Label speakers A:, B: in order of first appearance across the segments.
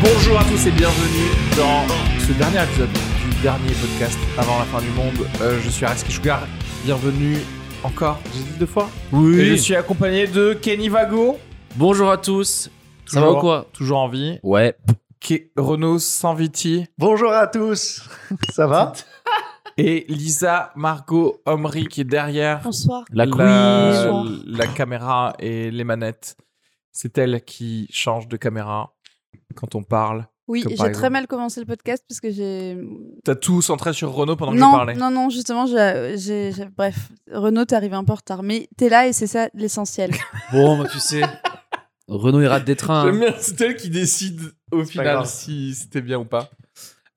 A: Bonjour à tous et bienvenue dans ce dernier épisode du dernier podcast avant la fin du monde. Euh, je suis Areski Sugar. Bienvenue encore, j'ai dit deux fois. Et je suis accompagné de Kenny Vago.
B: Bonjour à tous. Ça va
A: Toujours-
B: ou quoi
A: Toujours en vie.
B: Ouais.
A: Ke- Renaud Sanviti
C: Bonjour à tous, ça va
A: et Lisa Margot Omri qui est derrière
D: Bonsoir.
B: La
A: la,
D: Queen.
A: la caméra et les manettes. C'est elle qui change de caméra quand on parle.
D: Oui,
A: Comme par
D: j'ai
A: exemple.
D: très mal commencé le podcast parce que j'ai.
A: T'as tout centré sur Renaud pendant que je
D: Non,
A: parlais.
D: non, non, justement, j'ai, j'ai- j'ai- bref, Renaud, t'es arrivé un peu en retard, mais t'es là et c'est ça l'essentiel.
B: Bon, bah, tu sais, Renault il rate des trains.
A: J'aime
B: hein.
A: bien, c'est elle qui décide au final
C: grave.
A: si c'était bien ou pas.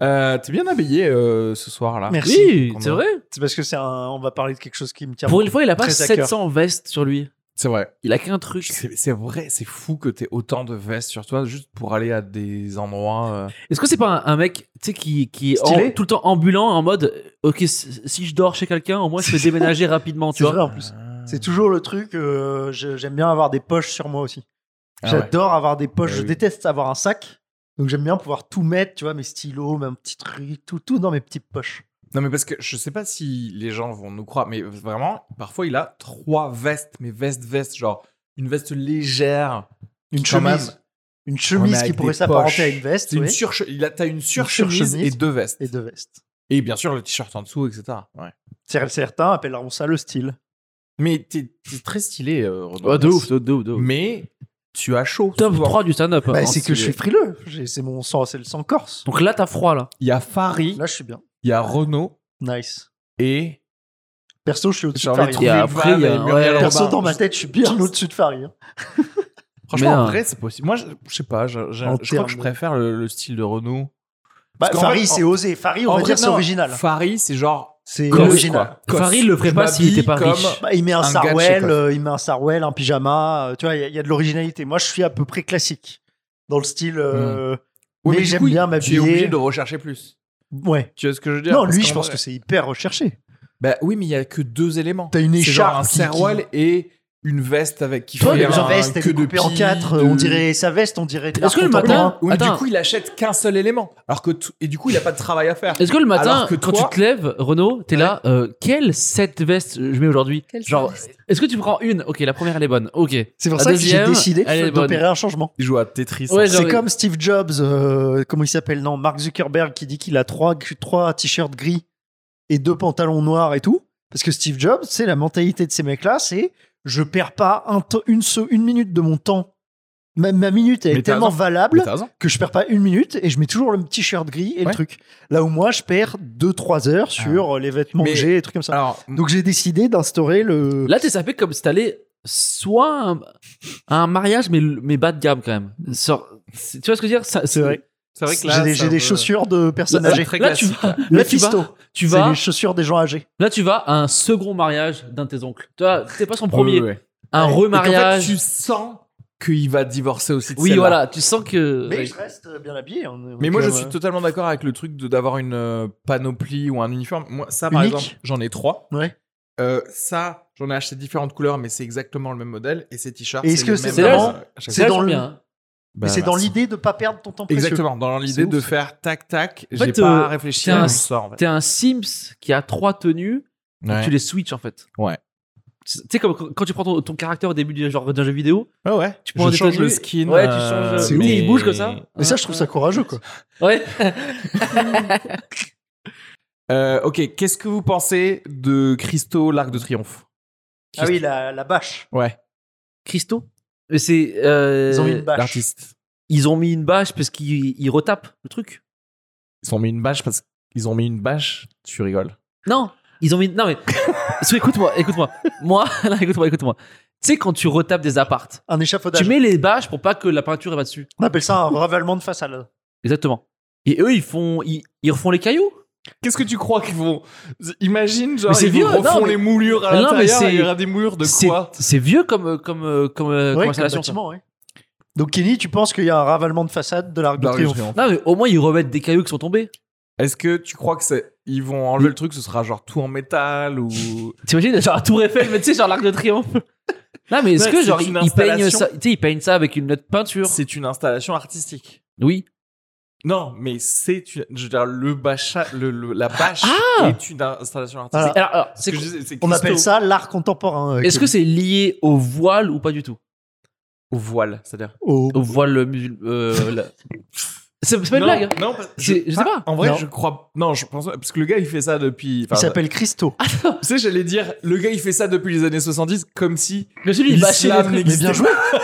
A: Euh, T'es bien habillé euh, ce soir-là.
C: Merci.
B: Oui,
A: Qu'on
B: c'est
A: a-
B: vrai.
C: C'est parce que c'est un... on va parler de quelque chose qui me tient.
B: Pour une fois, il a pas
C: Très à cœur.
B: 700 vestes sur lui.
A: C'est vrai.
B: Il a qu'un truc.
A: C'est c'est vrai, c'est fou que t'aies autant de vestes sur toi juste pour aller à des endroits. euh.
B: Est-ce que c'est pas un, un mec, tu sais, qui, qui est en-
C: Stylé.
B: tout le temps ambulant en mode, euh, ok, si si je dors chez quelqu'un, au moins je peux déménager rapidement, tu
C: C'est vrai
B: vois.
C: en plus.
A: Ah.
C: C'est toujours le truc, euh, je- j'aime bien avoir des poches sur moi aussi.
A: Ah ouais.
C: J'adore avoir des poches,
A: Eh
C: je
A: oui.
C: déteste avoir un sac. Donc j'aime bien pouvoir tout mettre, tu vois, mes stylos, mes petits trucs, tout, tout dans mes petites poches.
A: Non, mais parce que je sais pas si les gens vont nous croire, mais vraiment, parfois il a trois vestes, mais vestes, vestes, genre une veste légère,
C: Une
A: Quand même.
C: chemise. Une
A: Ouais, mais
C: chemise
A: avec
C: qui pourrait
A: des
C: s'apparenter
A: poches.
C: à une veste,
A: c'est une
C: oui,
A: surche, il a, t'as une
C: surchemise
A: surchemise et deux vestes.
C: et deux vestes.
A: Et bien sûr le t-shirt en dessous, etc. Ouais.
C: C'est- Certains appelleront ça le style.
A: Mais t'es t'es très stylé, euh, Renaud.
C: Bah,
B: Ouais, de ouf, de, de ouf, de ouf.
A: Mais tu as chaud.
B: Top
A: souvent.
B: 3 du stand-up. hein,
C: Bah,
B: en
C: c'est que
B: stylé.
C: je suis frileux, J'ai- c'est mon sang, c'est le sang corse.
B: Donc là, t'as froid, là.
A: Il y a Farid,
C: Là, je suis bien.
A: il y a Renault
C: Nice.
A: et
C: Perso, je suis au-dessus
A: j'ai
C: de
A: envie de
C: Paris.
A: trouver
B: Et
A: une
B: après,
A: vanne
B: il y a-
A: avec Muriel
B: ouais.
A: Robin.
C: Perso, dans ma tête, je suis bien au-dessus de Paris. hein.
A: Franchement,
B: Mais
A: en
B: un-
A: vrai, c'est possible. Moi, je, je sais pas. Je, je-
C: En
A: je crois
C: termes
A: que je
C: de-
A: préfère le, le style de Renault.
C: Bah,
A: qu'en
C: Farid,
A: vrai,
C: c'est
A: en-
C: osé. Farid, on va
A: vrai,
C: dire, c'est
A: non,
C: original.
A: Farid, c'est genre.
C: C'est
B: Corse,
C: original.
A: quoi.
B: Farid le ferait
A: Je
B: pas s'il était pas
A: m'habille
B: riche.
A: comme-
C: Bah, il met un,
A: Un gars de chez
C: sarouel,
A: Corse.
C: euh, il met un sarouel, un pyjama. euh, tu vois, il y, a- il y a de l'originalité. Moi, je suis à peu près classique dans le style. euh,
A: Oui,
C: Mais
A: du
C: j'aime
A: coup,
C: bien
A: Tu es
C: m'habiller.
A: obligé de rechercher plus.
C: Ouais.
A: Tu vois ce que je veux dire
C: Non,
A: Parce
C: lui,
A: qu'en
C: je pense
A: vrai-
C: que c'est hyper recherché.
A: Bah oui, mais il y a que deux éléments.
C: T'as une
A: C'est genre
C: écharpe.
A: un
C: qui-
A: serwal et une veste avec qui
C: Toi,
A: fait
C: les
A: un
C: vestes, elle
A: queue
C: est
A: de
C: coupée en
A: pie,
C: quatre.
A: de-
C: On dirait sa veste, on dirait. de
B: Est-ce que le
C: l'art contemporain.
B: matin-
A: Oui, mais du
B: Attends.
A: coup, il achète qu'un seul élément. Alors que tout- Et du coup, il a pas de travail à faire.
B: Est-ce que le matin,
A: Alors que
B: quand
A: toi-
B: tu te lèves, Renaud, t'es là, euh, quelle sept vestes je mets aujourd'hui
D: Quelle sept
B: Genre, est-ce que tu prends une Ok, la première elle est bonne. Ok.
C: C'est pour
B: La
C: ça que j'ai
B: deuxième,
C: décidé
B: elle est
C: d'opérer un changement.
A: Il joue à Tetris.
B: Ouais, genre-
C: C'est comme Steve Jobs, euh, comment il s'appelle Non, Mark Zuckerberg qui dit qu'il a trois, trois t-shirts gris et deux pantalons noirs et tout. Parce que Steve Jobs, c'est la mentalité de ces mecs-là, c'est je perds pas un to- une, se- une minute de mon temps. Ma, ma minute elle
A: Mais
C: est
A: t'as
C: tellement
A: raison.
C: valable
A: t'as raison.
C: que je perds pas une minute et je mets toujours le t-shirt gris et
A: Ouais. Ah.
C: le truc. Là où moi, je perds deux, trois heures sur euh, les vêtements
A: Mais-
C: que j'ai et trucs comme ça.
A: Alors,
C: Donc j'ai décidé d'instaurer le.
B: Là, t'es sapé comme si t'allais soit un, à un mariage, mais, mais bas de gamme quand même. Sort- c'est- tu vois ce que je veux dire Ça-
C: c'est vrai.
A: c'est vrai que là.
C: J'ai des,
A: ça
C: j'ai des
A: me-
C: chaussures de personnes
B: Là,
A: c'est
C: âgées.
A: très
B: là, tu
A: classique,
B: vas-
A: là.
B: là,
C: Le
B: tu vas-
C: fisto,
B: Tu
C: c'est
B: vas,
C: les chaussures des gens âgés.
B: là, tu vas à un second mariage d'un de tes oncles. Tu vois, c'est pas son premier.
A: Ouais, ouais, ouais.
B: Un
C: Ouais.
A: Et qu'en fait,
B: remariage.
A: tu sens qu'il va divorcer aussi de
B: oui,
A: celle-là.
B: voilà. Tu sens que.
C: Mais
B: Euh, ouais.
C: je reste euh, bien habillé. on- on
A: Mais
C: est
A: moi, je
C: comme,
A: suis
C: euh,
A: totalement d'accord avec le truc de- d'avoir une euh, panoplie ou un uniforme. Moi, ça, par
C: Unique.
A: exemple, j'en ai trois.
C: Ouais.
A: Euh, ça, j'en ai acheté différentes couleurs, mais c'est exactement le même modèle. Et ces t-shirts,
C: Et est-ce que
A: le
C: c'est
A: même
C: vraiment-
A: modèle à chaque
C: c'est
A: fois.
B: Là,
C: dans
B: j'aime
C: le-
B: bien, hein.
C: Mais
A: Bah,
C: c'est dans
A: merci.
C: l'idée de pas perdre ton temps précieux.
A: Exactement, dans l'idée
C: C'est
A: de
C: ouf.
A: faire tac tac.
B: En
A: J'ai
B: fait,
A: pas
B: euh,
A: réfléchi
B: t'es
A: à
B: un-
A: mon sort. en fait.
B: T'es un Sims qui a trois tenues.
A: Ouais.
B: Tu les switches en fait.
A: Ouais.
B: Tu sais, comme quand- quand tu prends ton, ton caractère au début du- genre d'un jeu vidéo,
A: Ouais, Ah ouais.
B: tu prends
A: Je
B: des
A: change le
B: tenues-
A: skin.
B: Ouais, tu
A: euh,
B: changes.
C: c'est
B: tu sais,
A: mais-
B: il bouge comme ça.
C: Mais ça, je trouve ça courageux, quoi.
B: Ouais.
A: Euh, ok, qu'est-ce que vous pensez de Christo, l'arc de triomphe
C: Ah oui, la, la bâche.
A: Ouais,
B: Christo. Mais c'est. euh,
C: Ils ont mis une bâche.
A: l'artiste.
B: ils ont mis une bâche parce qu'ils ils retapent le truc.
A: Ils ont mis une bâche parce qu'ils ont mis une bâche. Tu rigoles.
B: Non, ils ont mis. Non mais. Sous, écoute-moi, écoute-moi. Moi, là, écoute-moi, écoute-moi. Tu sais, quand tu retapes des appartes,
C: Un
B: tu
C: échafaudage.
B: mets les bâches pour pas que la peinture elle va dessus.
C: On appelle ça un ravalement de façade.
B: Exactement. Et eux, ils font. Ils, ils refont les cailloux.
A: Qu'est-ce que tu crois qu'ils vont Imagine, genre,
B: Mais c'est
A: ils
B: vieux,
A: refont
B: non, mais-
A: les moulures à
B: Non, mais
A: l'intérieur.
B: c'est-
A: Il y aura des moulures de
B: C'est-
A: quoi
B: C'est vieux comme, euh, comme, euh, comme, euh,
C: Ouais,
B: comme installation.
C: bâtiment, ouais. Donc Kenny, tu penses qu'il y a un ravalement de façade de l'Arc de
A: Barre de
C: Triomphe
A: Triomphe.
B: Non, mais au moins, ils remettent des cailloux qui sont tombés.
A: Est-ce que tu crois que c'est ils vont enlever
B: Oui.
A: le truc, ce sera genre tout en métal ou
B: T'imagines, genre, la tour Eiffel, mais tu sais, genre l'Arc de Triomphe. Non, mais est-ce
A: Ouais,
B: que,
A: c'est
B: genre,
A: une
B: ils ils peignent
A: installation.
B: ça, tu sais, ils peignent ça avec une autre peinture
A: c'est une installation artistique
B: Oui.
A: Non, mais c'est une... je veux dire le bacha... le, le- la bâche
B: Ah
A: est une installation artistique.
C: Voilà.
B: Alors, alors,
A: Ah. Ce
B: c'est
A: que je disais, c'est
C: On
A: Christo
C: appelle ça l'art contemporain. euh,
B: Est-ce que
C: Kenny.
B: c'est lié au voile ou pas du tout
A: au voile, c'est-à-dire.
C: Oh.
B: Au voile musulman. Euh, la- C'est c'est pas une
A: non,
B: blague. hein.
A: Non, parce- Ah,
B: C'est- je sais pas.
A: En vrai,
C: Non.
A: je crois. Non, je pense parce que le gars il fait ça depuis.
C: Il
A: enfin,
C: s'appelle Christo.
A: Tu sais, j'allais dire, le gars il fait ça depuis les années 70, comme si
B: Mais celui, hein. il bâchait les
A: l'islam
B: trucs.
A: n'existait
C: Mais bien joué.
A: pas.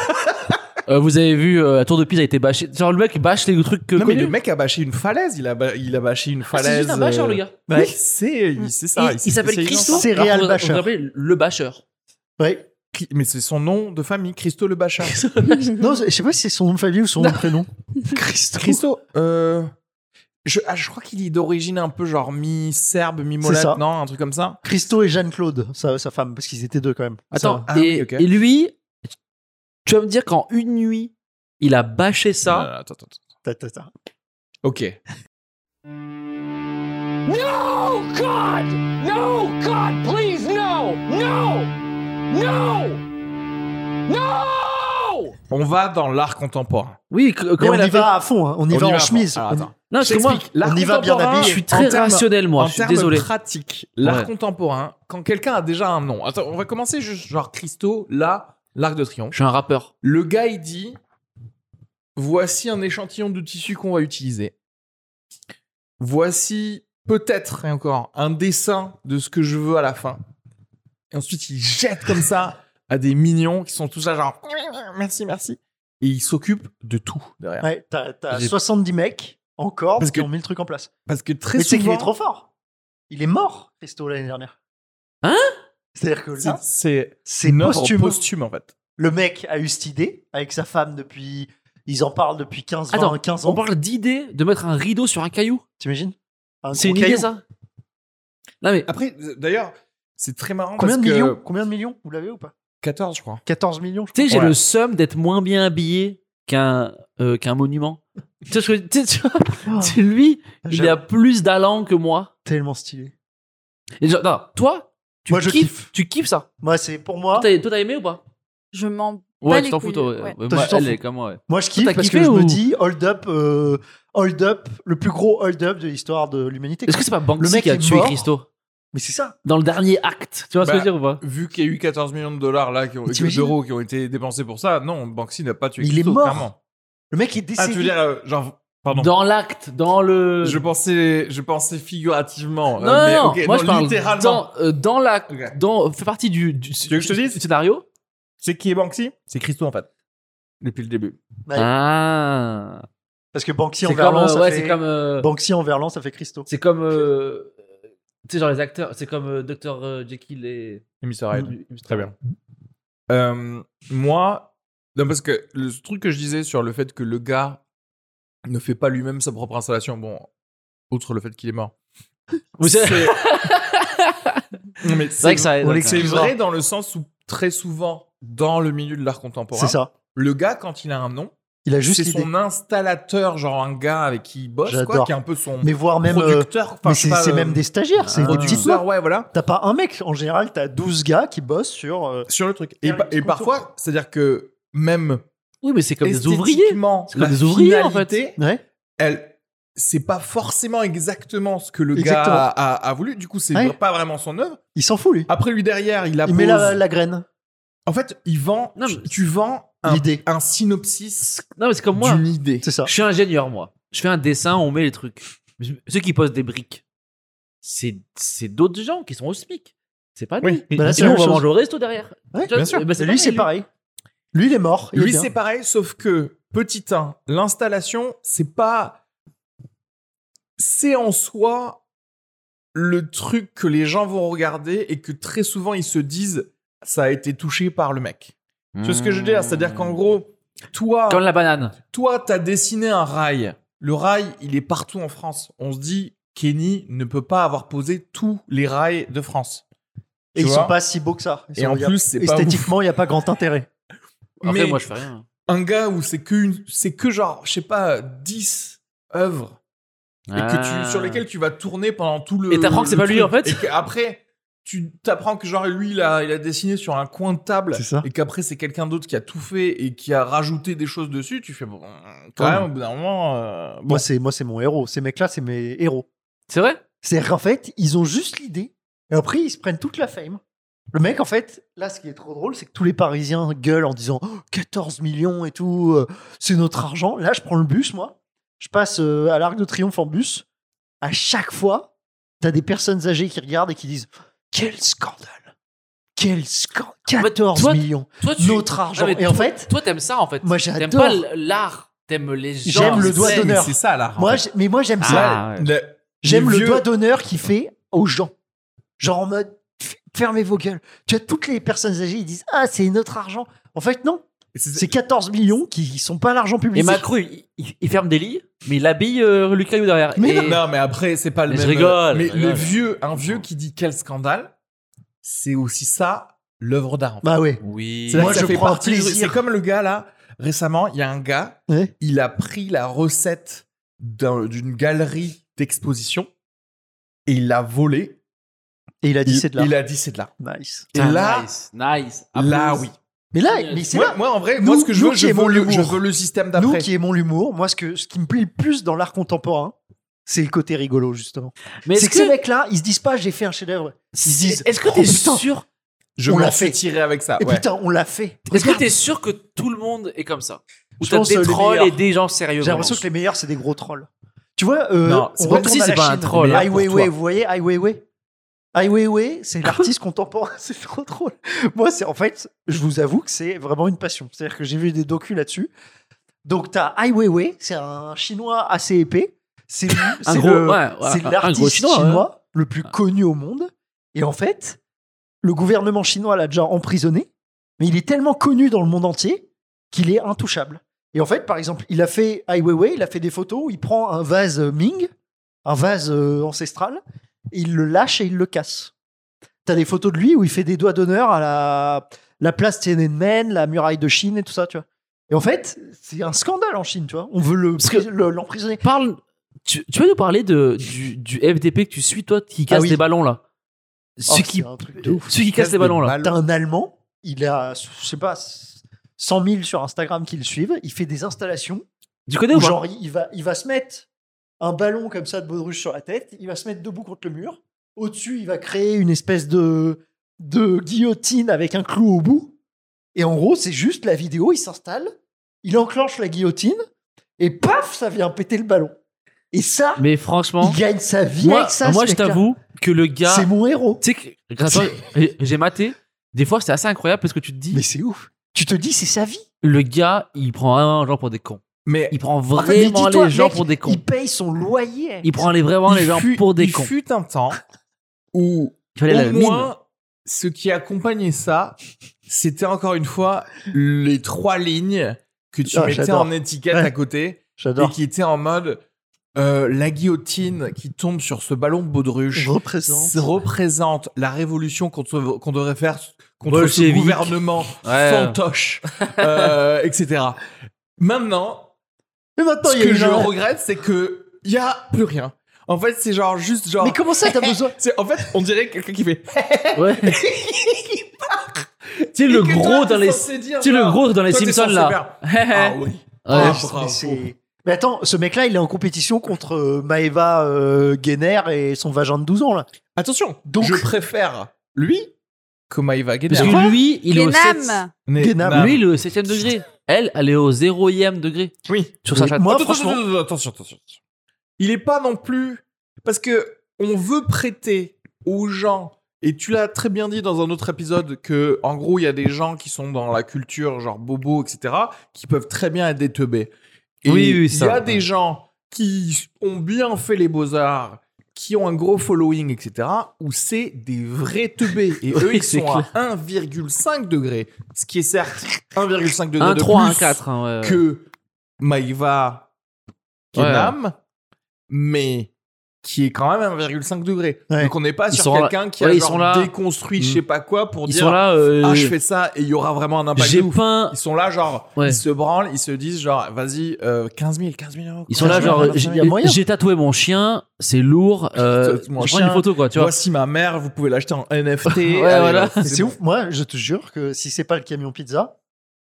B: Euh, vous avez vu, euh, la tour de Pise a été bâchée. Genre, le mec bâche les trucs que.
A: Non, mais
B: connus.
A: le mec a bâché une falaise, il a, ba- il a bâché une
B: Ah,
A: falaise.
B: c'est juste un bâcheur,
A: euh,
B: le gars. Mm.
A: oui,
C: Ouais.
A: c'est il- c'est ça.
B: Il,
A: s'est
B: il s'appelle
A: spécialisé
B: Christo.
A: dans ça.
C: Céréal
B: Alors, vous- vous
C: bâcheur.
B: vous rappelez, le bâcheur.
C: Ouais.
A: Qui- Mais c'est son nom de famille, Christo le bâcheur.
C: Non, je sais pas si c'est son nom de famille ou son nom de prénom. Christo.
A: Christo, euh, je, ah, je crois qu'il est d'origine un peu genre mi-serbe,
C: C'est
A: mi-molatte,
C: ça.
A: non Un truc comme ça.
C: Christo et Jeanne-Claude, sa, sa femme, parce qu'ils étaient deux quand même.
B: Attends,
A: Ah
B: et,
A: oui, ok.
B: et lui, tu vas me dire qu'en une nuit, il a bâché ça.
A: Euh, attends, attends, attends.
C: Ça- ta- ta- ta.
A: Ok. On va dans l'art contemporain.
B: Oui, que-
C: Mais
B: comment
C: on
B: il a
C: y
B: fait
C: va à fond, hein. on y va en
A: à fond.
C: chemise.
A: Alors,
C: On-
A: attends.
B: Non, parce que moi,
A: J'explique. L'art
C: on y va bien
A: contemporain,
C: habillé.
B: je suis très
A: en termes-
B: rationnel, moi.
A: en
B: Je suis
A: termes
B: désolé.
A: pratiques, l'art
B: Ouais.
A: contemporain, quand quelqu'un a déjà un nom. Attends, on va commencer juste genre Christo, là, l'arc de triomphe.
B: Je suis un rappeur.
A: Le gars, il dit voici un échantillon de tissu qu'on va utiliser. Voici peut-être, et encore, un dessin de ce que je veux à la fin. Et ensuite, il jette comme ça à des mignons qui sont tous là, genre merci, merci. Et il s'occupe de tout derrière.
C: Ah Ouais, t'as, t'as
A: J'ai-
C: 70 mecs
A: Parce
C: encore parce
A: que-
C: qui ont mis le truc en place.
A: Parce que très
C: Mais c'est qu'il
A: souvent,
C: est trop fort. Il est mort, Christo, l'année dernière.
B: Hein
C: C'est-à-dire que là,
A: c'est- c'est
C: c'est
A: une œuvre
C: posthume.
A: posthume en fait.
C: Le mec a eu cette idée avec sa femme depuis. Ils en parlent depuis 15, 20,
B: Attends,
C: 15
B: on
C: ans.
B: parle d'idée de mettre un rideau sur un caillou.
C: T'imagines Un
B: C'est
C: gros
B: une idée,
C: caillou.
B: ça Non, mais
A: Après, d'ailleurs, c'est très marrant
C: Combien de,
A: parce que-
C: millions Combien de millions Vous l'avez ou pas
A: 14, je crois.
C: 14 millions, je
B: tu sais, j'ai
A: Ouais.
B: le seum d'être moins bien habillé qu'un euh, qu'un monument. tu sais, ce que- tu sais, tu vois,
C: crois.
B: c'est lui, il
C: Oh. J'aime.
B: a plus d'allant que moi.
C: Tellement stylé.
B: Et genre, non, toi, tu
C: Moi, je
B: kiffes,
C: kiffe.
B: tu kiffes ça.
C: Moi, c'est pour moi.
B: Toi, t'as- toi, t'as aimé ou pas
D: Je m'en.
B: Ouais,
D: les
B: tu t'en fous,
D: couilles,
B: toi.
D: ouais.
B: ouais.
C: Toi,
B: Moi,
C: tu t'en
B: elle
C: fous.
B: est comme moi. ouais.
C: Moi, je
B: t'as
C: kiffe parce que
B: kiffé
C: je me
B: ou-
C: dis hold up, euh, hold up, le plus gros hold up de l'histoire de l'humanité.
B: Est-ce que c'est pas Banksy
C: Le mec
B: qui a
C: est
B: tué
C: mort.
B: Christo
C: Mais c'est ça.
B: dans le dernier acte Tu vois ce
A: Bah,
B: que je veux dire ou pas
A: Vu qu'il y a eu 14 millions de dollars là, qui ont-
C: T'imagines
A: d'euros qui ont été dépensés pour ça, non, Banksy n'a pas tué
C: Il est
A: Christo,
C: mort.
A: clairement.
C: Le mec est
A: Ah,
C: décédé.
A: tu veux dire, euh, genre, pardon.
B: Dans l'acte, dans le.
A: Je pensais, je pensais figurativement. euh,
B: Non, non,
A: mais,
B: non,
A: ok,
B: moi
A: non,
B: je parle
A: littéralement.
B: dans, euh, dans l'acte,
A: Ok.
B: dans fait partie du, du,
A: veux que je te dise
B: du scénario.
A: C'est qui est Banksy C'est Christo en fait. Depuis le début.
C: Ouais.
B: Ah,
C: Parce que Banksy en
B: c'est comme,
C: Verlan,
B: euh,
C: ça
B: ouais,
C: fait...
B: c'est comme, euh,
C: Banksy en Verlan, ça fait Christo.
B: c'est comme, euh, tu sais genre les acteurs, c'est comme euh, Dr euh, Jekyll et.
A: Et Mr. Hyde.
B: Mm.
A: Très bien. Euh, moi, non, parce que le truc que je disais sur le fait que le gars ne fait pas lui-même sa propre installation, bon, outre le fait qu'il est mort.
B: Vous savez-
A: C'est- Non, mais
B: C'est vrai que ça aide.
C: on
B: hein,
A: C'est
C: l'excuse. Excuse-moi.
A: vrai dans le sens où très souvent, dans le milieu de l'art contemporain,
C: C'est ça.
A: le gars, quand il a un nom,
C: Il a juste
A: c'est
C: l'idée.
A: son installateur, genre un gars avec qui il bosse, quoi,
C: J'adore.
A: qui est un peu son
C: Mais voire même. euh,
A: producteur. enfin,
C: mais
A: je
C: c'est
A: sais pas,
C: c'est
A: euh,
C: même des stagiaires. C'est des petites boîtes.
A: producteur, ouais, voilà.
C: T'as pas un mec. En général, t'as 12 gars qui bossent sur. euh,
A: Sur le truc. Et,
C: Faire
A: pa-
C: les petits
A: et parfois, c'est-à-dire que même
B: quand- Oui, mais c'est comme des ouvriers.
A: esthétiquement,
B: C'est comme
A: la
B: des ouvriers, en fait.
A: finalité,
C: Ouais.
A: elle c'est pas forcément exactement ce que le
C: Exactement.
A: gars a, a- a voulu du coup c'est
C: Ouais.
A: pas vraiment son œuvre
C: Il s'en fout, lui.
A: après lui derrière il a
C: Il met la, la graine.
A: en fait il vend
B: Non,
A: tu-
B: mais-
A: tu vends un,
C: L'idée.
A: un synopsis
B: Non, mais c'est comme moi.
A: d'une idée
C: C'est ça.
B: Je suis ingénieur, moi. Je fais un dessin, on met les trucs. Je- Ceux qui posent des briques, c'est c'est d'autres gens qui sont au SMIC. C'est pas nous.
A: Oui.
B: Et,
C: Bah là,
B: et
C: c'est
B: nous,
C: la
B: on va
C: même chose.
B: manger au resto derrière.
C: Ouais,
B: Tu vois,
A: bien sûr.
B: bah,
C: Et lui,
B: pareil,
C: c'est pareil. Lui, il est mort. il est
A: lui
C: bien.
A: c'est pareil sauf que petit 1 l'installation c'est pas c'est en soi le truc que les gens vont regarder et que très souvent ils se disent ça a été touché par le mec c'est ce que je veux dire c'est-à-dire qu'en gros toi
B: Comme la banane.
A: Toi, t'as dessiné un rail. Le rail, il est partout en France. On se dit, Kenny ne peut pas avoir posé tous les rails de France.
C: Et
A: Tu
C: ils
A: vois
C: sont pas si beaux que ça. Ils
A: Et
C: sont-
A: en
C: il y a-
A: plus, c'est pas ouf.
C: Esthétiquement, il n'y a pas grand intérêt.
B: Après,
A: Mais
B: moi, je fais rien.
A: un gars où c'est que, une- c'est que genre, je sais pas, 10 œuvres et
B: Ah.
A: que tu, sur lesquelles tu vas tourner pendant tout le.
B: Et t'apprends que
A: le
B: c'est pas lui,
A: truc.
B: en fait
A: Et qu'après, tu t'apprends que genre lui, il a, il a dessiné sur un coin de table.
C: C'est ça.
A: Et qu'après, c'est quelqu'un d'autre qui a tout fait et qui a rajouté des choses dessus. Tu fais, bon, quand
C: Ouais.
A: même, au bout d'un moment. euh, bon.
C: Moi, c'est moi, c'est mon héros. Ces mecs-là, c'est mes héros.
B: C'est vrai
C: C'est-à-dire qu'en fait, ils ont juste l'idée, et après, ils se prennent toute la fame. Le mec, en fait, là, ce qui est trop drôle, c'est que tous les Parisiens gueulent en disant Oh, 14 millions et tout, euh, c'est notre argent. Là, je prends le bus, moi. Je passe euh, à l'Arc de Triomphe en bus. À chaque fois, t'as des personnes âgées qui regardent et qui disent Quel scandale Quel scandale
B: En fait,
C: 14
B: Bah, toi,
C: millions
B: Toi, tu-
C: Notre argent
B: Ah, mais
C: Et en
B: toi-
C: fait,
B: Toi, t'aimes ça en fait.
C: moi,
B: T'aimes
C: j'adore.
B: pas l'art, t'aimes les gens.
C: J'aime le
B: qui
C: doigt
B: s'aiment.
A: Mais
C: d'honneur.
A: C'est ça, l'art. en
C: Moi,
A: fait.
C: j'ai- mais moi, j'aime
B: Ah,
C: ça.
B: ouais.
A: Le-
C: J'aime
A: les
C: le
A: vieux-
C: doigt d'honneur qu'il fait aux gens. Genre en mode, f- fermez vos gueules. Tu as toutes les personnes âgées, ils disent Ah, c'est notre argent. En fait, non. C'est 14 millions qui sont pas l'argent public.
B: Et Macron, il, il- il ferme des lits, mais il habille euh, Luc Rayou derrière.
C: Mais
B: Et-
A: Non, mais après, c'est pas le
B: Mais je
A: même. euh,
B: rigole,
A: Mais
B: je rigole.
A: le vieux, un vieux qui dit quel scandale, c'est aussi ça, l'œuvre d'art. en fait.
C: Bah ouais.
B: Oui.
A: C'est là
C: Moi,
A: que ça
C: je
A: fait
C: prends
A: partie du-
C: plaisir.
A: C'est comme le gars là, récemment, il y a un gars,
C: Ouais.
A: il a pris la recette d'un- d'une galerie d'exposition et il l'a volée.
C: Et il a dit
A: Il,
C: c'est de l'art.
A: il a dit c'est de l'art.
C: Nice.
A: Et
B: Putain,
A: là,
B: nice, nice.
A: là,
B: Applause.
A: oui.
C: Mais là, mais c'est
A: Moi,
C: là.
A: moi, en vrai,
C: Nous-
A: moi, ce que je
C: nous
A: veux,
C: qui
A: je
C: aimons
A: veux, le, je
C: l'humour.
A: veux le système
C: Nous
A: d'après.
C: qui aimons l'humour, moi, ce, que, ce qui me plaît le plus dans l'art contemporain, c'est le côté rigolo, justement.
B: Mais
C: C'est
B: est-ce
C: que ces
B: que
C: mecs-là, ils se disent pas J'ai fait un chef-d'œuvre. Ils disent
B: est-ce que
C: Oh,
B: t'es
C: putain.
B: sûr
A: Je
C: on
A: m'en
C: l'a
A: fais
C: fait.
A: tirer avec ça.
C: Et
A: ouais.
C: putain, on l'a fait.
B: Est-ce que
C: Regarde.
B: t'es sûr que tout le monde est comme ça Ou
C: Je
B: t'as
C: pense,
B: des
C: euh, les
B: trolls et
C: meilleurs.
B: des gens sérieux
C: J'ai l'impression
B: vraiment.
C: que les meilleurs, c'est des gros trolls. Tu vois, euh,
A: Non, c'est
C: on
A: pas-
C: retourne
B: si,
C: à
B: c'est
C: la
B: pas un
C: Chine.
B: troll,
C: Ai
A: hein, pour
C: Weiwei,
A: toi.
C: vous voyez Ai Weiwei Ai Weiwei, c'est l'artiste contemporain. C'est trop drôle. Moi, c'est en fait, je vous avoue que c'est vraiment une passion. C'est-à-dire que j'ai vu des docus là-dessus. Donc, t'as Ai Weiwei, c'est un chinois assez épais. C'est lui-
B: un
C: c'est
B: gros,
C: le-
B: ouais, ouais,
C: c'est
B: un- un
C: l'artiste
B: gros
C: chinois,
B: chinois. hein. ouais.
C: le plus connu au monde. Et en fait, le gouvernement chinois l'a déjà emprisonné, mais il est tellement connu dans le monde entier qu'il est intouchable. Et en fait, par exemple, il a fait Ai Weiwei, il a fait des photos où il prend un vase euh, Ming, un vase euh, ancestral, et il le lâche et il le casse. T'as des photos de lui où il fait des doigts d'honneur à la, la place Tiananmen, la muraille de Chine et tout ça, tu vois. Et en fait, c'est un scandale en Chine, tu vois. On veut le
B: Parce que-
C: pris- le- l'emprisonner.
B: Parle. Tu, tu peux nous parler de, du, du FDP que tu suis, toi, qui casse
C: Ah oui.
B: des ballons, là
C: Oh,
B: Ceux qui,
C: c'est un truc de ouf.
B: ceux qui cassent les ballons, là.
C: T'as un Allemand, il a, je sais pas, 100 000 sur Instagram qui le suivent, il fait des installations
B: Tu connais
C: où
B: ou pas
C: genre, il va, il va se mettre un ballon comme ça de baudruche sur la tête, il va se mettre debout contre le mur, au-dessus, il va créer une espèce de, de guillotine avec un clou au bout, et en gros, c'est juste la vidéo, il s'installe, il enclenche la guillotine, et paf, ça vient péter le ballon. Et ça,
B: Mais franchement,
C: il gagne sa vie
B: moi,
C: avec ça.
B: moi
C: ce
B: je
C: mec-là.
B: t'avoue que le gars.
C: C'est mon héros.
B: Tu sais que grâce à toi, j'ai maté. Des fois, c'est assez incroyable parce que tu te dis,
C: Mais c'est ouf. Tu te dis, c'est sa vie.
B: le gars, il prend vraiment les gens pour des cons.
A: Mais
B: Il prend
C: En fait, mais
B: vraiment
C: dis-toi,
B: les gens
C: mec,
B: pour des cons.
C: Il paye son loyer.
B: Il prend les- vraiment
A: il
B: les gens
A: fut-
B: pour des
A: il
B: cons.
A: fut un temps où
B: Il fallait la
A: au
B: mine.
A: moins, ce qui accompagnait ça, c'était encore une fois les trois lignes que tu
C: Ah,
A: mettais
C: j'adore.
A: en étiquette
C: Ouais.
A: à côté et
C: J'adore.
A: qui étaient en mode euh, la guillotine qui tombe sur ce ballon baudruche
C: Je représente.
A: s- représente la révolution qu'on se- qu'on devrait faire contre
B: Bolchevique.
A: ce gouvernement
B: Ouais.
A: fantoche, euh, etc. Maintenant,
C: Mais maintenant,
A: ce
C: il y a
A: que
C: une
A: je
C: heure.
A: regrette, c'est que y a plus rien. En fait, c'est genre juste genre.
C: Mais comment ça, t'as besoin
A: C'est- En fait, on dirait quelqu'un qui fait.
B: Ouais. tu sais, le gros dans les. Tu sais, le gros dans les Simpsons, là.
A: Ah oui.
B: Ouais.
A: Ah, bravo.
C: Mais c'est- Mais attends, ce mec-là, il est en compétition contre euh, Maeva euh, Guéner et son vagin de 12 ans, là.
A: Attention,
C: Donc-
A: je préfère lui que Maïva
B: Parce
A: Guénard.
B: que lui, il est au
D: Guénam.
A: Mais-
C: Guénard,
A: Non.
B: Lui, il est au 7 degré. Elle, elle est au 0ème degré
A: Oui.
B: sur sa
C: Oui,
B: chatte.
C: moi-
A: Attention,
C: franchement-
A: attention, attention, attention. Il est pas non plus parce que on veut prêter aux gens et tu l'as très bien dit dans un autre épisode que en gros il y a des gens qui sont dans la culture genre bobo etc qui peuvent très bien être des teubés. Et
B: Oui, oui,
A: Il y
B: ça,
A: a
B: ouais.
A: des gens qui ont bien fait les beaux arts, qui ont un gros following etc où c'est des vrais teubés et eux
B: Oui,
A: ils
B: c'est
A: sont à 1,5 degré, ce qui est certes 1,5 degré
B: Un
A: de
B: 3,
A: plus
B: un 4. hein, ouais.
A: que Maïva
B: Ouais.
A: Kenam, mais qui est quand même 1,5 degré.
C: Ouais.
A: Donc on n'est pas
B: Ils
A: sur
B: sont là-
A: quelqu'un qui
B: ouais,
A: a
B: ils
A: genre
B: sont là.
A: déconstruit
B: Mm.
A: je sais pas quoi pour
B: Ils
A: dire
B: sont là. euh,
A: ah je fais ça et il y aura vraiment un impact.
B: J'ai
A: de ouf.
B: peint.
A: Ils sont là genre
B: Ouais.
A: ils se branlent, ils se disent genre vas-y euh, 15 000 15 000 euros.
B: Ils sont là
A: quoi.
B: genre
C: il y
B: j'ai-
C: a moyen.
B: j'ai tatoué mon chien, c'est lourd. Euh,
A: Mon
B: je prends
A: chien,
B: une photo quoi, tu vois.
A: Voici ma mère, vous pouvez l'acheter en NFT.
B: Ouais,
A: Allez,
B: voilà.
A: c'est
C: Mais C'est
A: bon.
C: ouf, moi, je te jure que si c'est pas le camion pizza,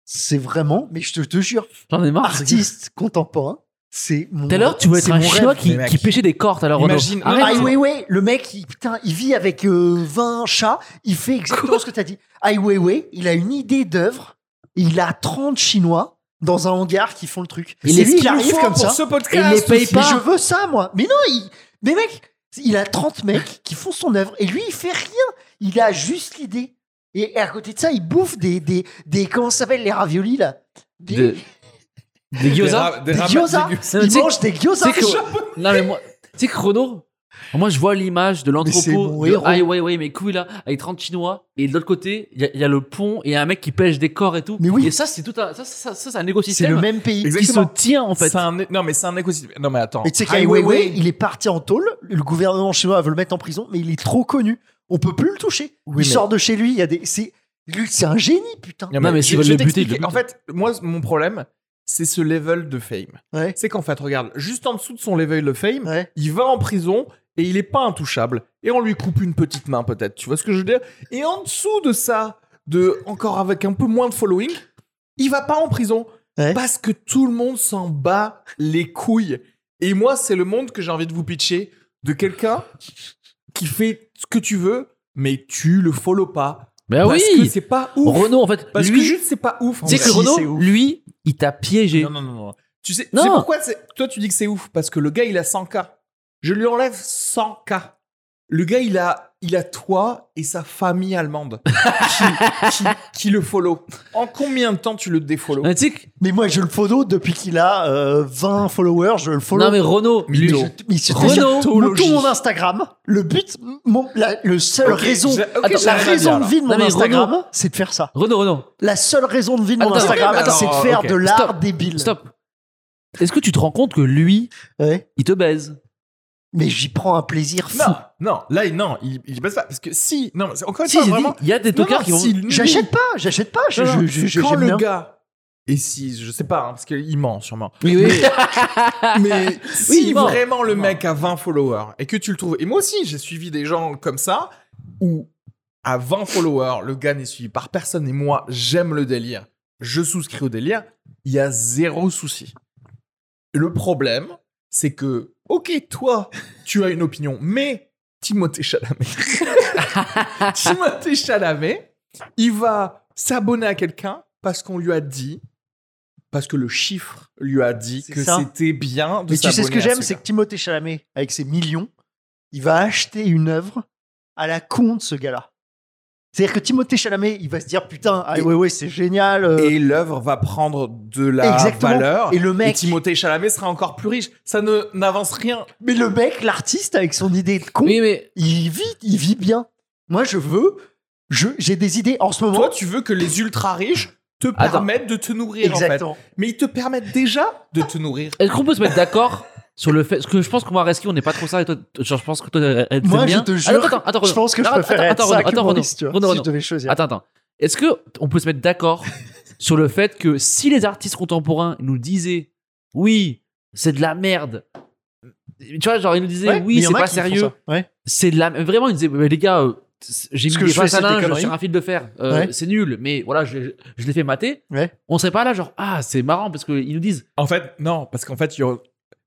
C: c'est vraiment, mais je te, te jure,
B: J'en ai marre.
C: artiste contemporain, c'est mon.
B: Ah, Tout à l'heure, tu voulais
C: c'est
B: être un
C: mon
B: chinois
C: rêve.
B: qui,
A: mais mec.
B: qui pêchait des cordes à la Renault.
A: Imagine-
B: Arrête.
C: Ai Weiwei, le mec, il, putain, il vit avec euh, 20 chats, il fait exactement ce que tu as dit. Ai Weiwei, il a une idée d'œuvre, il a 30 Chinois dans un hangar qui font le truc.
B: Il
C: C'est
B: est
C: lui,
B: ce
A: Il
C: il
A: nous
C: arrive
A: faut
C: comme
A: pour
C: ça.
A: ce
B: Et il
A: podcast.
B: les paye
C: Mais
B: pas.
C: je veux ça, moi. Mais non, il... mais mec, il a 30 mecs qui font son œuvre et lui, il fait rien. Il a juste l'idée. Et à côté de ça, il bouffe des. des, des comment ça s'appelle les raviolis, là Des-
B: Des- Des gyoza.
A: ra-
C: Des
A: ra-
C: gyoza.
A: des
B: C'est- tu
C: Il
B: sais-
C: mange des gyoza.
B: tu sais que- Non mais moi, tu sais que Renault, moi je vois l'image de
C: c'est mon
B: l'entrepôt de Ah,
C: héros.
B: Ai Weiwei, mes couilles là, avec 30 Chinois, et de l'autre côté, il y a- il y, a le pont et un mec qui pêche des corps et tout.
C: Mais oui.
B: Et ça, c'est tout un, ça, ça, ça, c'est un
C: C'est
B: écosystème
C: le même pays.
B: qui se
A: Exactement.
B: tient en fait.
A: C'est un é- non, mais c'est un écosystème. Non, mais attends.
C: Et tu sais
A: Ai
C: qu'Ai Weiwei, il est parti en tôle. Le gouvernement chinois veut le mettre en prison, mais il est trop connu. On peut plus le toucher.
A: Oui,
C: il
A: mais-
C: sort de chez lui. Il y a des. C'est lui, c'est un génie, putain.
B: Non, mais
A: je-
B: s'ils veulent
A: je
B: le buter,
A: t'explique.
B: ils le
A: En fait, moi, mon problème, c'est ce level de fame.
C: Ouais.
A: C'est qu'en fait, regarde, juste en dessous de son level de fame,
C: Ouais.
A: il va en prison et il est pas intouchable. Et on lui coupe une petite main, peut-être. Tu vois ce que je veux dire Et en dessous de ça, de encore avec un peu moins de following, il va pas en prison
C: Ouais.
A: parce que tout le monde s'en bat les couilles. Et moi, c'est le monde que j'ai envie de vous pitcher de quelqu'un qui fait ce que tu veux, mais tu le follow pas.
B: Ben
A: parce que
B: oui.
A: c'est pas ouf.
B: Renault en fait,
A: Parce
B: lui,
A: que juste c'est pas ouf. en
B: tu sais
A: vrai.
B: que Renault,
C: c'est ouf.
B: lui, il t'a piégé.
A: Non, non, non, non. Tu sais, tu
B: Non.
A: sais pourquoi c'est- toi tu dis que c'est ouf Parce que le gars il a 100K. Je lui enlève 100K. Le gars il a, il a toi et sa famille allemande qui, qui, qui le follow. En combien de temps tu le défollow
B: Ah, tu sais que-
C: Mais moi, je le follow depuis qu'il a euh, 20 followers. Je le follow.
B: non mais Renault,
A: Mais
C: Mais
B: lui,
C: je- mais je te
B: Renault.
C: jure, mon- tout
A: Théologie.
C: mon Instagram, le but, mon- la- le seul
A: Ok,
C: raison,
A: j'ai- ok,
B: Attends,
A: j'ai rien
C: la
A: à
C: raison
A: dire,
C: de
A: là.
C: vie de mon
B: Non, mais
C: Instagram,
B: Renault-
C: c'est de faire ça.
B: Renault, Renault,
C: La seule raison de vie de mon
B: Attends,
C: Instagram,
A: mais attends,
C: c'est de faire
A: ok.
C: de l'art
B: Stop.
C: débile.
B: stop. Est-ce que tu te rends compte que lui,
C: Ouais.
B: il te baise
C: Mais j'y prends un plaisir fou.
A: Non, non, là il- non, il, il passe pas. Parce que si, non, mais c'est- encore une
B: Si,
A: fois,
B: j'ai dit,
A: vraiment.
B: il y a des
A: Non,
B: tocards
A: non,
B: qui vont.
A: si lui-
C: J'achète pas, j'achète pas. Je,
A: Non, non,
C: je- je- je-
A: quand
C: j'aime
A: le
C: bien.
A: gars. Et si, je sais pas, hein, parce qu'il ment sûrement.
B: Oui, oui.
A: Mais
B: Oui,
A: si
B: il ment.
A: vraiment le
B: Il
A: mec a 20 followers et que tu le trouves. Et moi aussi, j'ai suivi des gens comme ça où à 20 followers, le gars n'est suivi par personne et moi, j'aime le délire. Je souscris au délire. Il y a zéro souci. Le problème, c'est que, ok, toi, tu as une opinion, mais Timothée Chalamet. Timothée Chalamet, il va s'abonner à quelqu'un parce qu'on lui a dit, parce que le chiffre lui a dit
C: C'est
A: que
C: ça.
A: c'était bien de
C: Mais tu sais ce
A: s'abonner
C: que
A: à
C: j'aime,
A: ce
C: c'est
A: gars.
C: que Timothée Chalamet, avec ses millions, il va acheter une œuvre à la con de ce gars-là. C'est-à-dire que Timothée Chalamet, il va se dire putain, ah
A: Et-
C: ouais ouais, c'est génial. euh,
A: Et l'œuvre va prendre de la
C: Exactement.
A: valeur.
C: Et le mec-
A: Timothée Chalamet sera encore plus riche. Ça ne n'avance rien.
C: Mais le mec, l'artiste, avec son idée de con,
B: Oui, mais
C: il vit, il vit bien. Moi, je veux, je, j'ai des idées en ce moment.
A: Toi, tu veux que les ultra riches te
B: Attends.
A: permettent de te nourrir, en fait.
C: Exactement.
A: Mais ils te permettent déjà de te nourrir.
B: Est-ce qu'on peut se mettre d'accord sur le fait Parce que je pense que moi, Reski, on n'est pas trop ça. Et toi, t- genre, je pense que toi, t'aimes bien.
C: Moi, je te jure,
B: Attends, attends, attends,
C: je pense que je
B: Renaud.
C: préférais être
B: Attends,
C: ça
B: Renaud,
C: que
B: attends,
C: Maurice, tu vois,
B: Renaud,
C: si je
B: Renaud.
C: devais choisir.
B: Attends, attends. Est-ce que t- on peut se mettre d'accord sur le fait que si les artistes contemporains nous disaient oui, c'est de la merde. Tu vois, genre, ils nous disaient
C: Ouais, mais
B: oui,
C: il y en
B: c'est
C: a
B: pas
C: qui font
B: sérieux.
C: ça. Ouais.
B: C'est de la vraiment ils disaient mais les gars, euh, c'est- j'ai
C: Ce
B: mis
C: que
B: des
C: je fais,
B: pinces à
C: c'est des
B: linge
C: conneries.
B: sur un fil de fer. Euh,
C: Ouais.
B: C'est nul, mais voilà, je, je, je l'ai fait mater.
C: Ouais.
B: On serait pas là genre ah, c'est marrant parce que ils nous disent
A: En fait, non, parce qu'en fait, il y a-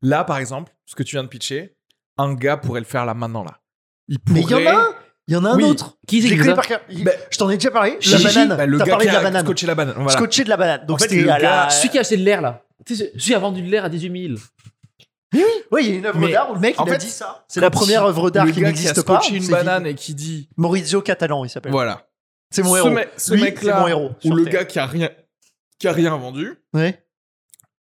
A: là, par exemple, ce que tu viens de pitcher, un gars pourrait le faire là maintenant là. Il
C: Mais
A: pourrait.
C: il y en a un, il y en a un
A: Oui.
C: autre.
B: qui
C: Je
B: c'est
C: l'ai
B: qui
C: connu
B: ça
C: par cœur. Il-
A: Bah,
C: Je t'en ai déjà parlé.
A: Gigi,
C: la banane.
A: bah, le
C: T'as
A: gars
C: parlé
A: qui
C: de la
A: a
C: banane.
A: scotché la banane. Voilà.
C: Scotché de la banane. Donc
A: En fait,
C: c'était
A: le
C: à la.
A: gars-
B: Celui qui a acheté de l'air là. Tu sais, Celui qui a vendu de l'air à 18 000.
C: Oui, il y a une œuvre
A: Mais
C: d'art où le mec
A: en
C: il a
A: fait,
C: dit ça. C'est la première
A: Si
C: œuvre d'art
A: le
C: qui
A: gars qui a
C: n'existe pas.
A: scotché une
C: c'est
A: banane et qui dit
C: vide. Maurizio Catalan, il s'appelle.
A: voilà.
C: C'est mon
A: ce
C: héros.
A: mec- ce
C: Lui,
A: mec-là,
C: c'est mon héros.
A: Ou
C: sur
A: le
C: Terre.
A: gars qui a rien qui a rien vendu.
C: Ouais.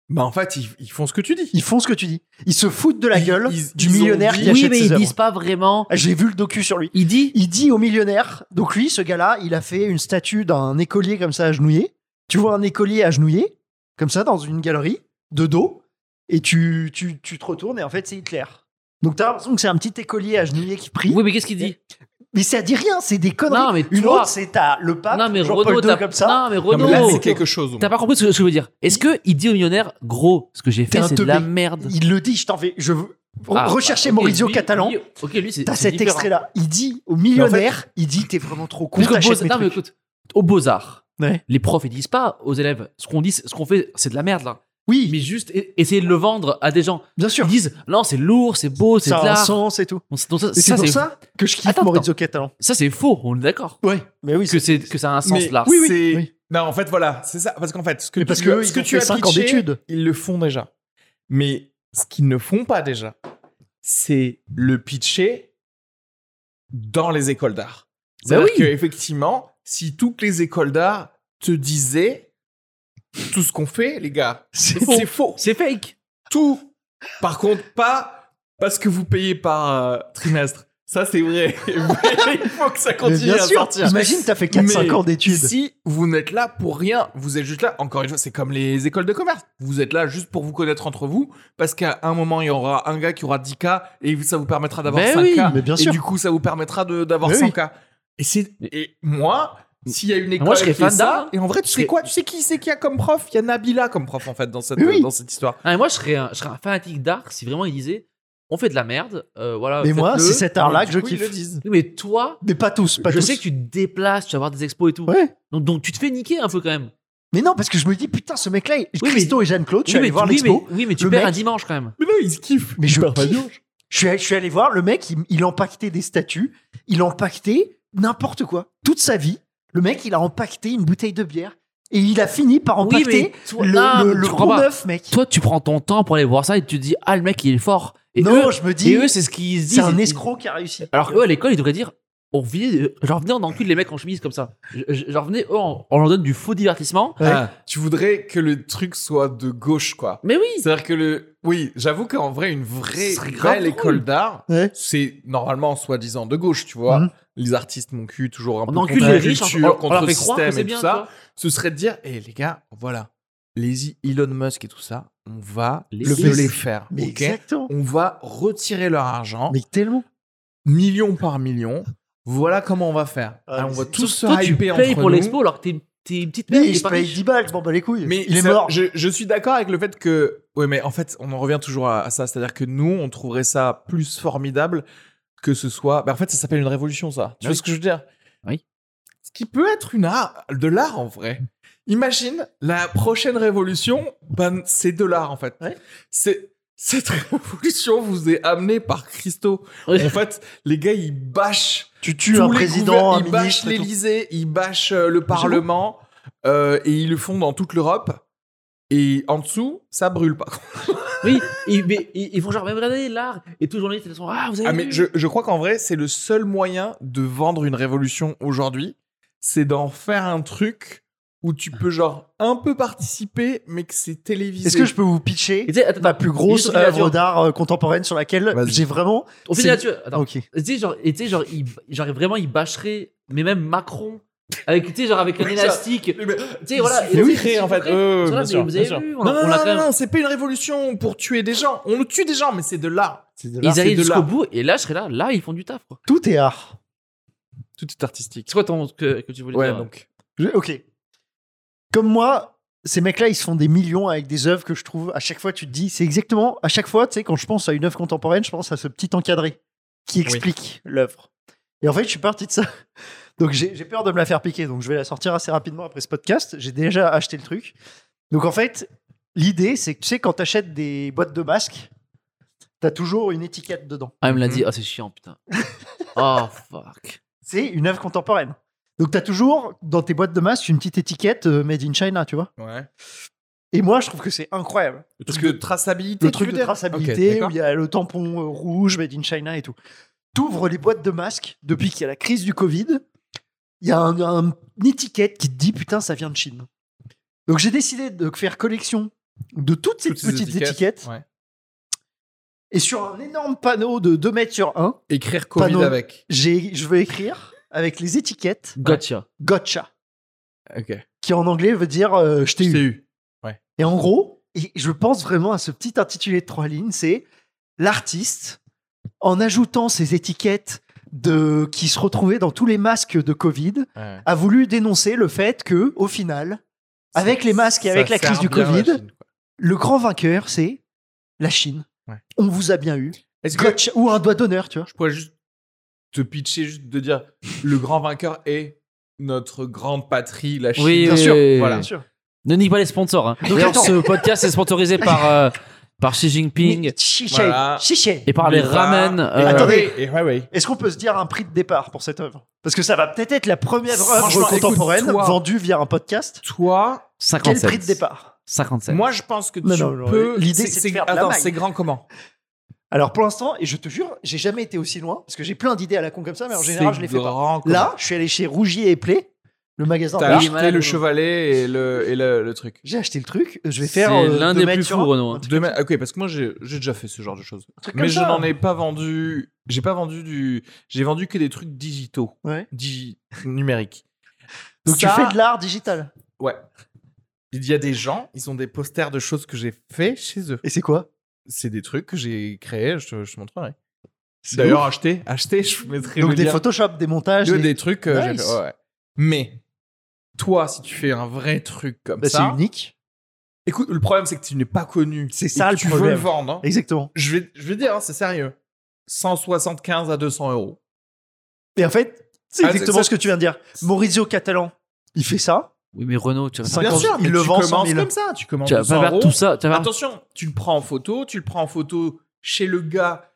A: Bah en fait, ils, ils font ce que tu dis.
C: Ils font ce que tu dis. Ils se foutent de la
A: Ils-
C: gueule
A: ils-
C: du
A: ils ont
C: millionnaire
A: dit-
C: qui
A: Oui,
B: Oui,
C: achète
B: mais
C: ses
B: ils
C: œuvres.
B: disent pas vraiment.
C: Ah, J'ai vu le docu sur lui.
B: Il dit
C: Il dit au millionnaire, donc lui, ce gars-là, il a fait une statue d'un écolier comme ça agenouillé. Tu vois un écolier agenouillé, comme ça, dans une galerie, de dos, et tu, tu, tu te retournes, et en fait, c'est Hitler. Donc t'as l'impression que c'est un petit écolier agenouillé qui prie.
B: Oui, mais qu'est-ce qu'il dit
C: Mais ça dit rien, c'est des conneries.
B: Non, mais
C: Une
B: toi-
C: autre, c'est t'as le pape,
B: Non, mais
C: Jean-Paul
B: Renaud,
C: II
B: t'as
C: comme ça.
B: Non, mais
A: Non, mais là,
B: Renaud,
A: c'est quelque chose. au
B: t'as pas compris ce que ce que je veux dire. Est-ce que il dit au millionnaire, gros, ce que j'ai
C: T'es
B: fait,
C: un
B: c'est de la
C: teubé.
B: merde
C: Il le dit, je t'en vais. Je veux
B: Ah,
C: rechercher
B: bah, ok,
C: Maurizio
B: lui-
C: Catalan.
B: lui- Ok, lui, c'est.
C: T'as
B: c'est
C: cet
B: différent.
C: extrait-là. Il dit au millionnaire, il dit t'es vraiment trop con.
B: Parce qu'au
C: t'achètes
B: Beaux-
C: mes
B: non, mais
C: trucs.
B: écoute, aux Beaux-Arts,
C: Ouais.
B: les profs, ils disent pas aux élèves ce qu'on dit, ce qu'on fait, c'est de la merde là.
C: Oui,
B: Mais juste e- essayer de le vendre à des gens.
C: bien
B: Ils
C: sûr.
B: disent non, c'est lourd, c'est beau, c'est
C: Ça
B: de
C: a un
B: l'art.
C: sens et tout.
B: Donc, ça,
C: Et c'est
B: ça,
C: pour
B: c'est-
C: ça que je kiffe
B: Attends,
C: Maurizio Catalan.
B: ça, c'est faux, on est d'accord.
C: Ouais, mais oui,
B: Que, c'est- que ça a un
A: Mais
B: sens là.
A: Oui, oui.
C: c'est-
A: oui. Non, en fait, voilà, c'est ça. Parce qu'en fait, ce que
C: Mais
A: tu,
C: parce que
A: ce
C: ils
A: que
C: ont
A: tu
C: fait
A: as
C: cinq ans
A: pitché,
C: d'études.
A: ils le font déjà. Mais ce qu'ils ne font pas déjà, c'est le pitcher dans les écoles d'art.
C: Bah
A: C'est-à-dire
B: oui.
A: qu'effectivement, si toutes les écoles d'art te disaient tout ce qu'on fait, les gars,
C: c'est
A: c'est c'est faux.
B: C'est fake.
A: Tout. Par contre, pas parce que vous payez par euh, trimestre. Ça, c'est vrai. Mais il faut que ça
C: Mais
A: continue
C: bien
A: à
C: sûr.
A: sortir.
C: Imagine, t'as fait 4-5
A: Mais
C: ans d'études.
A: Si vous n'êtes là pour rien, vous êtes juste là, encore une fois, c'est comme les écoles de commerce. Vous êtes là juste pour vous connaître entre vous, parce qu'à un moment, il y aura un gars qui aura 10 cas, et ça vous permettra d'avoir 5
B: Mais Ben oui, Ben
A: cas.
C: mais bien
A: et
C: sûr.
A: du coup, ça vous permettra de- d'avoir
C: Mais
A: 100
C: oui.
A: cas. Et, c'est- et moi, s'il y a une école
B: Moi, je serais
A: qui fait
B: fan d'art,
A: ça,
B: hein.
A: et en vrai, tu
B: Je
A: sais
B: serais-
A: quoi Tu sais qui c'est qu'il y a comme prof Il y a Nabila comme prof, en fait, dans cette,
C: Mais oui.
A: dans cette histoire.
B: Ah, et moi, je serais, un, je serais un fanatique d'art si vraiment il disait on fait de la merde. euh, voilà,
C: Mais moi,
B: faites-le. Ah,
C: c'est cet art-là que je
A: Du coup, ils le
C: kiffe.
A: disent.
B: Oui, Mais toi,
C: Mais pas tous, pas
B: je
C: tous.
B: sais que tu te déplaces, tu vas voir des expos et tout.
C: Ouais.
B: Donc, donc tu te fais niquer un peu quand même.
C: Mais non, parce que je me dis, putain, ce mec-là, il-
B: mais-
C: Christo et Jeanne-Claude, je suis
B: oui, mais
C: allé voir
B: tu, oui,
C: l'expo.
B: mais, oui, mais tu
C: Le
B: perds
C: mec-
B: un dimanche quand même.
A: Mais non, ils kiffent.
C: Mais je kiffe.
A: dimanche.
C: Je suis, allé- je suis allé voir, le mec, il, il empaquetait des statues, il empaquetait n'importe quoi. Toute sa vie, le mec, il a empaqueté une bouteille de bière et il a fini par
B: oui,
C: empaqueter
B: mais toi,
C: le,
B: non,
C: le,
B: mais
C: le
B: tu comprends pas.
C: neuf, mec.
B: Toi, tu prends ton temps pour aller voir ça et tu te dis ah le mec il est fort. Et
C: non,
B: eux,
C: je me dis,
B: et eux c'est ce qu'ils disent.
C: c'est un
B: Ils-
C: escroc qui a réussi.
B: Alors que eux à l'école ils devraient dire on vit, euh, genre venez on encule les mecs en chemise comme ça. Je- je- Genre venez eux, on, on leur donne du faux divertissement.
C: Ouais.
A: Ah, tu voudrais que le truc soit de gauche, quoi.
B: Mais oui.
A: C'est-à-dire que le. Oui, j'avoue qu'en vrai, une vraie
B: Ce serait grave
A: belle
B: drôle.
A: école d'art,
C: Ouais.
A: c'est normalement soi-disant de gauche, tu vois.
C: Mhm.
A: Les artistes, mon cul, toujours un
B: On
A: peu
B: encule
A: contre
B: les
A: la
B: riches, on,
A: culture,
B: on leur
A: contre le
B: fait croire que
A: système
B: c'est
A: et tout
B: bien.
A: ça.
B: toi.
A: Ce serait de dire, hé les gars, voilà, les I- Elon Musk et tout ça, on va
B: Les
A: le
C: baiser.
A: les faire,
C: Mais
A: ok
C: exactement.
A: On va retirer leur argent,
C: Mais tellement.
A: million par million. Voilà comment on va faire.
C: Ah,
A: Alors, on
C: mais
A: va
C: c'est-
A: tous se
B: Toi, tu
A: hyper
B: payes
A: entre
B: pour
A: nous.
B: l'expo alors que t'es t'es une petite merde.
C: Mais
B: t'es
C: je
B: pas
C: paye
B: riche.
C: 10 balles, je m'en bats les couilles.
A: Mais
C: il est
A: ça-
C: mort.
A: Je, je suis d'accord avec le fait que. Oui, mais en fait, on en revient toujours à, à ça. C'est-à-dire que nous, on trouverait ça plus formidable que ce soit. Ben, en fait, ça s'appelle une révolution, ça. Tu
B: Ah
A: vois
B: oui.
A: ce que je veux dire
B: Oui.
A: Ce qui peut être une art, de l'art en vrai. Imagine la prochaine révolution, ben, c'est de l'art en fait.
C: Ouais.
A: C'est. Cette révolution vous est amenée par Christo. En
B: Ouais.
A: fait, les gars, ils bâchent
C: Tu tues
A: tous
C: un
A: les
C: président, un
A: gouvernements- Ils bâchent
C: ministre. et tout.
A: l'Elysée, ils bâchent euh, le Parlement, euh, et ils le font dans toute l'Europe. Et en dessous, ça brûle pas.
B: Oui, ils, mais ils, ils font genre, mais regardez l'art. Et tous les journalistes, ils sont, ah, vous avez.
A: Ah, mais
B: vu
A: je, je crois qu'en vrai, c'est le seul moyen de vendre une révolution aujourd'hui, c'est d'en faire un truc où tu peux genre un peu participer, mais que c'est télévisé.
C: Mmh. Est-ce que je peux vous
B: Et
C: pitcher
B: tu sais, attends,
C: ma
B: attends,
C: plus grosse
B: juste on finit là-dessus.
C: œuvre d'art euh, contemporaine sur laquelle
A: Vas-y.
C: j'ai vraiment.
B: On finit
C: c'est- Oh.
B: là-dessus. Attends.
C: Ok.
B: Et Tu sais, genre, et tu sais, genre, il, genre, vraiment, il bâcherait, mais même Macron, avec, tu sais, genre, avec un
A: Oui, ça-
B: élastique. Tu
A: Oui, mais-
B: sais, voilà.
A: Il
B: et-
A: oui,
B: et-
A: créer, en fait.
B: après,
A: Euh,
B: ils sont là,
A: bien
B: mais
A: sûr,
B: vous
A: bien
B: avez
A: sûr.
B: vu, on
A: non,
B: a-
A: non,
B: on a quand
A: non,
B: même-
A: non, c'est pas une révolution pour tuer des gens. On le tue des gens, mais c'est de l'art.
B: Ils
A: c'est
B: arrivent
A: de
B: jusqu'au
A: l'art.
B: bout, et là, je serais là, là, ils font du taf, quoi.
C: Tout est art.
A: Tout est artistique.
B: C'est quoi ton, que, que tu voulais
A: Ouais,
B: dire
A: donc.
C: Je- Ok. Comme moi, ces mecs-là, ils se font des millions avec des œuvres que je trouve. À chaque fois, tu te dis, c'est exactement. À chaque fois, tu sais, quand je pense à une œuvre contemporaine, je pense à ce petit encadré qui explique l'œuvre. Et en fait, je suis parti de ça. Donc, j'ai j'ai peur de me la faire piquer. Donc, je vais la sortir assez rapidement après ce podcast. J'ai déjà acheté le truc. Donc, en fait, l'idée, c'est que tu sais, quand tu achètes des boîtes de masques, tu as toujours une étiquette dedans.
B: Ah, il me l'a dit, ah, c'est chiant, putain. oh, fuck.
C: C'est une œuvre contemporaine. Donc, tu as toujours dans tes boîtes de masques une petite étiquette euh, made in China, tu vois.
A: Ouais.
C: Et moi, je trouve que c'est incroyable.
A: Le
C: Parce
A: truc
C: que
A: de traçabilité.
C: Le
A: tu
C: truc
A: veux
C: de
A: dire
C: traçabilité,
A: Ok,
C: où il y a le tampon euh, rouge, made in China et tout. T'ouvres les boîtes de masques depuis qu'il y a la crise du Covid. Il y a un, un- une étiquette qui te dit putain, ça vient de Chine. Donc j'ai décidé de faire collection de toutes ces
A: Toutes ces
C: petites étiquettes.
A: ouais.
C: Et sur un énorme panneau de 2 mètres sur 1,
A: Écrire Covid
C: Panneau.
A: avec.
C: j'ai- je vais écrire avec les étiquettes
B: Gotcha.
C: gotcha,
A: Ok.
C: qui en anglais veut dire euh, je t'ai eu.
A: eu.
C: Et en gros, et je pense vraiment à ce petit intitulé de trois lignes, c'est l'artiste en ajoutant ces étiquettes de, qui se retrouvaient dans tous les masques de Covid,
A: Ouais.
C: a voulu dénoncer le fait que, au final, avec les masques et
A: Ça
C: avec la crise
A: sert
C: du
A: bien
C: Covid,
A: la Chine, quoi.
C: le grand vainqueur, c'est la Chine.
A: Ouais.
C: On vous a bien eu.
A: Est-ce que
C: Gotcha. Ou un doigt d'honneur, tu vois.
A: je pourrais juste te pitcher, juste de dire le grand vainqueur est notre grande patrie, la Chine.
B: Oui,
C: Bien
B: oui,
C: sûr,
B: oui, oui.
A: voilà.
C: sûr.
B: Ne nique pas les sponsors. hein. D'ailleurs,
C: attends.
B: ce podcast est sponsorisé par, euh, par Xi Jinping
A: Voilà.
B: et par les
A: Lula,
B: ramen.
A: Et
B: euh,
C: attendez.
A: Et Huawei.
C: Est-ce qu'on peut se dire un prix de départ pour cette œuvre Parce que ça va peut-être être la première
A: Franchement,
C: œuvre
A: écoute,
C: contemporaine
A: toi-
C: vendue via un podcast.
A: Toi,
C: Quel
B: 57.
C: prix de départ
B: 57.
A: moi je pense que tu
C: Non, non, non,
A: peux.
C: l'idée, c'est de faire de la
A: Attends,
C: maille.
A: c'est grand comment
C: Alors pour l'instant, et je te jure, j'ai jamais été aussi loin parce que j'ai plein d'idées à la con comme ça, mais en général,
A: C'est
C: je les fais pas.
A: grand comment.
C: Là, je suis allé chez Rougier et Play, le magasin.
A: T'as
C: d'art.
B: Il est
A: acheté
B: malade,
A: le
B: Renaud.
A: chevalet et le, et le, le truc.
C: J'ai acheté le truc. Je vais
B: C'est
C: faire euh,
B: l'un
C: deux
B: des
C: mètres
B: plus
C: sur
B: fous,
C: un,
B: Renaud. hein.
A: Deux ma- Ok, parce que moi j'ai j'ai déjà fait ce genre de choses.
C: un truc
A: Mais
C: comme
A: je
C: ça.
A: n'en ai pas vendu. J'ai pas vendu du. J'ai vendu que des trucs digitaux,
C: Ouais.
A: digi- numériques.
C: Donc
A: Ça,
C: tu fais de l'art digital.
A: Ouais. Il y a des gens, ils ont des posters de choses que j'ai fait chez eux.
C: Et c'est quoi
A: C'est des trucs que j'ai créés, je te je te montrerai.
C: C'est
A: D'ailleurs, achetez, achetez, je vous mettrai
C: Donc
A: le
C: des
A: lien.
C: Photoshop, des montages.
A: Ouais,
C: des-
A: des trucs. euh, j'ai
C: Nice.
A: fait, ouais. Mais toi, si tu fais un vrai truc comme
C: Bah, c'est
A: ça,
C: unique.
A: écoute, le problème c'est que tu n'es pas connu.
C: C'est
A: et
C: ça,
A: que
C: le
A: tu
C: problème.
A: veux le vendre. hein.
C: Exactement.
A: Je vais, je vais dire, hein, c'est sérieux. 175 à 200 euros.
C: Et en fait, c'est
A: Ah,
C: exactement
A: ça-
C: ce que tu viens de dire. Maurizio Catalan, il fait ça.
B: Oui, mais Renault, tu vas,
C: Cinq-
B: pas-
A: Bien
C: 50,
A: sûr,
C: il
A: mais
C: le
A: tu
C: vend 100
A: commences
C: 000.
A: comme ça. Tu commences
B: tu vas
A: 200
B: pas faire
A: euros.
B: tout ça. Tu vas faire-
A: Attention, tu le prends en photo, tu le prends en photo chez le gars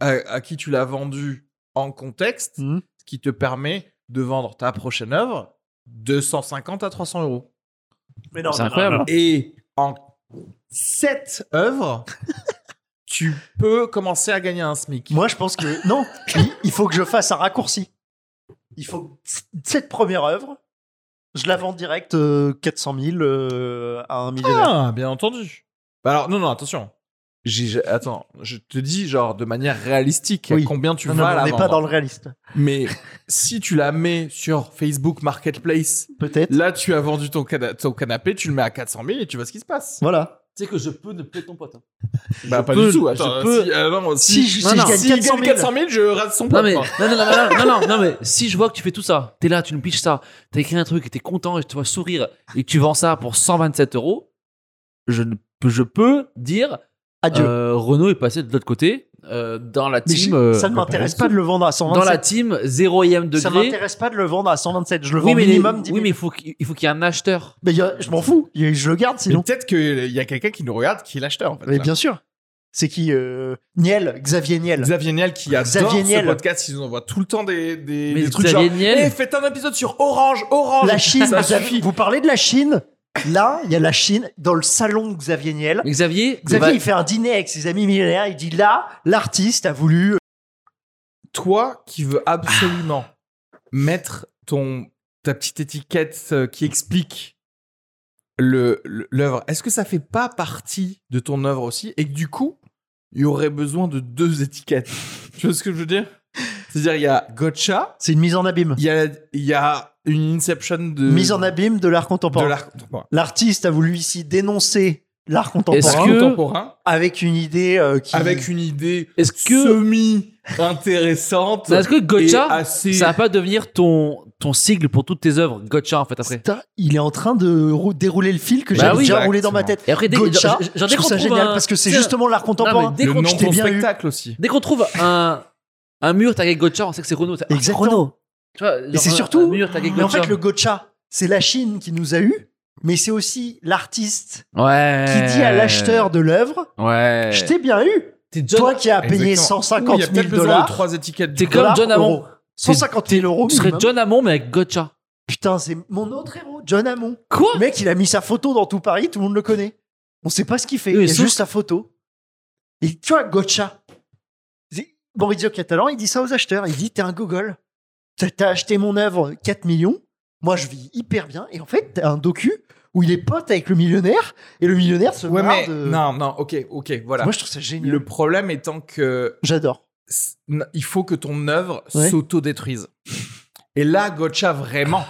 A: à, à qui tu l'as vendu en contexte,
C: Mhm.
A: ce qui te permet de vendre ta prochaine œuvre 250 à 300 euros.
C: Mais non,
B: C'est
C: non, non,
B: incroyable.
C: non.
A: Et en 7 œuvres, tu peux commencer à gagner un SMIC.
C: Moi, je pense que non. il- Il faut que je fasse un raccourci. Il faut que c- cette première œuvre, je la vends direct euh, 400 000 euh, à un millionnaire.
A: Ah, bien entendu. Bah alors, non, non, attention. J'ai- j'ai- attends, je te dis, genre, de manière réalistique,
C: Oui.
A: à combien tu
C: Non, non,
A: vas la
C: on n'est pas
A: vendre.
C: dans le réaliste.
A: Mais si tu la mets sur Facebook Marketplace,
C: Peut-être.
A: là, tu as vendu ton, cana- ton canapé, tu le mets à 400 000 et tu vois ce qui se passe.
C: Voilà.
B: Tu sais que je peux ne plaire ton pote. hein.
A: bah, pas
B: peux-
A: du tout.
B: je
A: Attends,
B: peux-
A: si, euh, non,
C: Si,
A: si,
C: je,
B: Non,
C: si je
B: non.
C: gagne
A: si il gagne
C: 400 000,
A: 400 000, je rase son
B: Non
A: pote.
B: mais,
A: moi.
B: non, non, non, non, non, non, non, mais si je vois que tu fais tout ça, t'es là, tu nous piches ça, t'as écrit un truc, et t'es content et tu vois sourire et que tu vends ça pour 127 euros, je, ne- je peux dire
C: adieu.
B: euh, Renault est passé de l'autre côté euh, dans la
C: Mais j'ai-
B: team. euh,
C: ça ne m'intéresse pas de le vendre à 127.
B: dans la team 0ème
C: Ça
B: degré.
C: m'intéresse pas de le vendre à 127. Je le vends
B: Oui mais, les-
C: minimum 10
B: oui,
C: 000.
B: mais il faut qu'il il faut qu'il y ait un acheteur.
C: Mais il y a- je m'en fous. Il y a- Je le garde
A: Mais
C: sinon.
A: peut-être qu'il y a quelqu'un qui nous regarde qui est l'acheteur. En fait,
C: Mais
A: là.
C: bien sûr. C'est qui euh, Niel, Xavier Niel.
A: Xavier Niel qui adore
C: Xavier Niel.
A: ce podcast, il nous envoie tout le temps des, des,
B: Mais
A: des trucs
B: Xavier
A: genre
B: Niel-
A: Eh, faites un épisode sur Orange, Orange
C: La Chine,
A: Ça
C: vous, avez-
A: suffit.
C: vous parlez de la Chine. Là, il y a la Chine dans le salon de Xavier Niel.
B: Mais Xavier,
C: eh, Xavier,
B: bah,
C: il fait un dîner avec ses amis millénaires. Il dit là, l'artiste a voulu. euh,
A: Toi qui veux absolument mettre ton, ta petite étiquette euh, qui explique le- le- l'œuvre, est-ce que ça fait pas partie de ton œuvre aussi et que du coup, il y aurait besoin de deux étiquettes Tu vois ce que je veux dire C'est-à-dire, il y a Gotcha,
C: C'est une mise en abîme.
A: il y a, il y a une Inception de.
C: Mise en abîme de
A: Euh,
C: l'art
A: de
C: contemporain.
A: l'art contemporain.
C: L'artiste a voulu ici dénoncer l'art
B: Est-ce
C: contemporain
B: que-
A: Contemporain.
C: avec une idée euh, qui.
A: avec une idée
B: est-ce que
A: semi intéressante
B: est-ce que
A: et
B: Gotcha
A: assez
B: ça va pas devenir ton ton sigle pour toutes tes œuvres Gotcha en fait après.
C: Putain, il est en train de rou- dérouler le fil que
B: Bah
C: j'avais
B: oui.
C: déjà roulé dans ma tête.
B: Et après dès,
C: Gotcha,
B: j'en- j'en-
C: je
B: dès qu'on
C: trouve ça
B: trouve
C: génial
B: un-
C: parce que c'est
B: tiens,
C: justement l'art
B: non,
C: contemporain.
B: mais dès
A: le
B: qu'on
A: nom
C: je t'ai
A: de
C: bien eu.
A: spectacle aussi
B: dès qu'on trouve un un mur tagué Gotcha, on sait que c'est Renault. C'est- ah,
C: Exactement.
B: Renault. Tu vois,
C: Et
B: genre,
C: c'est
B: un-
C: surtout-
B: un mur tagué
C: Mais en
B: Gotcha.
C: fait, le gotcha, c'est la Chine qui nous a eu, mais c'est aussi l'artiste
B: Ouais.
C: qui dit
A: Euh.
C: à l'acheteur de l'œuvre
B: Ouais.
C: Je t'ai bien eu.
B: T'es John-
C: Toi qui as payé
A: Exactement. Ouh,
C: 150
A: il y a
C: 000
A: peut-être besoin de
C: dollars.
A: trois étiquettes
B: T'es
A: du
B: comme
A: coup.
C: dollars,
B: John Hammond.
C: euros. 150 000 euros.
B: Tu serais
C: minimum.
B: John Hammond mais avec Gotcha.
C: Putain, c'est mon autre héros, John Hamon.
B: Quoi
C: Le mec, il a mis sa photo dans tout Paris, tout le monde le connaît. On sait pas ce qu'il fait,
B: Oui,
C: il y a
B: sauf-
C: juste sa photo. Et tu vois, Gotcha. C'est- Maurizio Catalan, il dit ça aux acheteurs. Il dit T'es un gogol. T'as t'as acheté mon œuvre 4 millions. Moi, je vis hyper bien. Et en fait, t'as un docu où il est pote avec le millionnaire. Et le millionnaire se
A: ouais
C: marre
A: mais
C: de-
A: non non ok ok voilà
C: Moi, je trouve ça génial.
A: le problème étant que
C: J'adore.
A: s- n- il faut que ton œuvre
C: Ouais.
A: s'auto-détruise et là Gotcha vraiment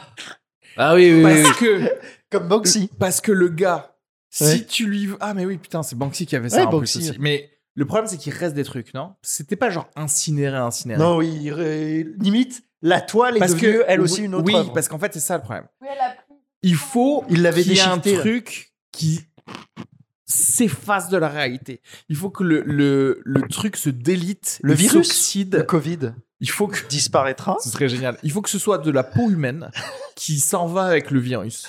B: Ah oui,
C: Bah,
B: oui, oui.
A: parce que
C: Comme Banksy.
A: parce que le gars
C: Ouais.
A: si tu lui ah mais oui putain c'est Banksy qui avait ça
C: Ouais,
A: en
C: Banksy.
A: plus aussi. mais Le problème, c'est qu'il reste des trucs, non C'était pas genre incinéré, incinéré.
C: Non, oui, il ré- limite, la toile est
A: parce
C: devenue,
A: que
C: elle aussi, une autre
A: Oui,
C: œuvre.
A: parce qu'en fait, c'est ça le problème.
D: Oui, elle a pris.
A: Il faut
C: Il l'avait
A: qu'il y ait un
C: déchiqueté, là.
A: truc qui s'efface de la réalité. Il faut que le, le, le truc se délite,
C: Le
A: il
C: virus
A: s'oxyde.
C: Le Covid
A: Il faut que
C: disparaîtra.
A: ce serait génial. Il faut que ce soit de la peau humaine qui s'en va avec le virus.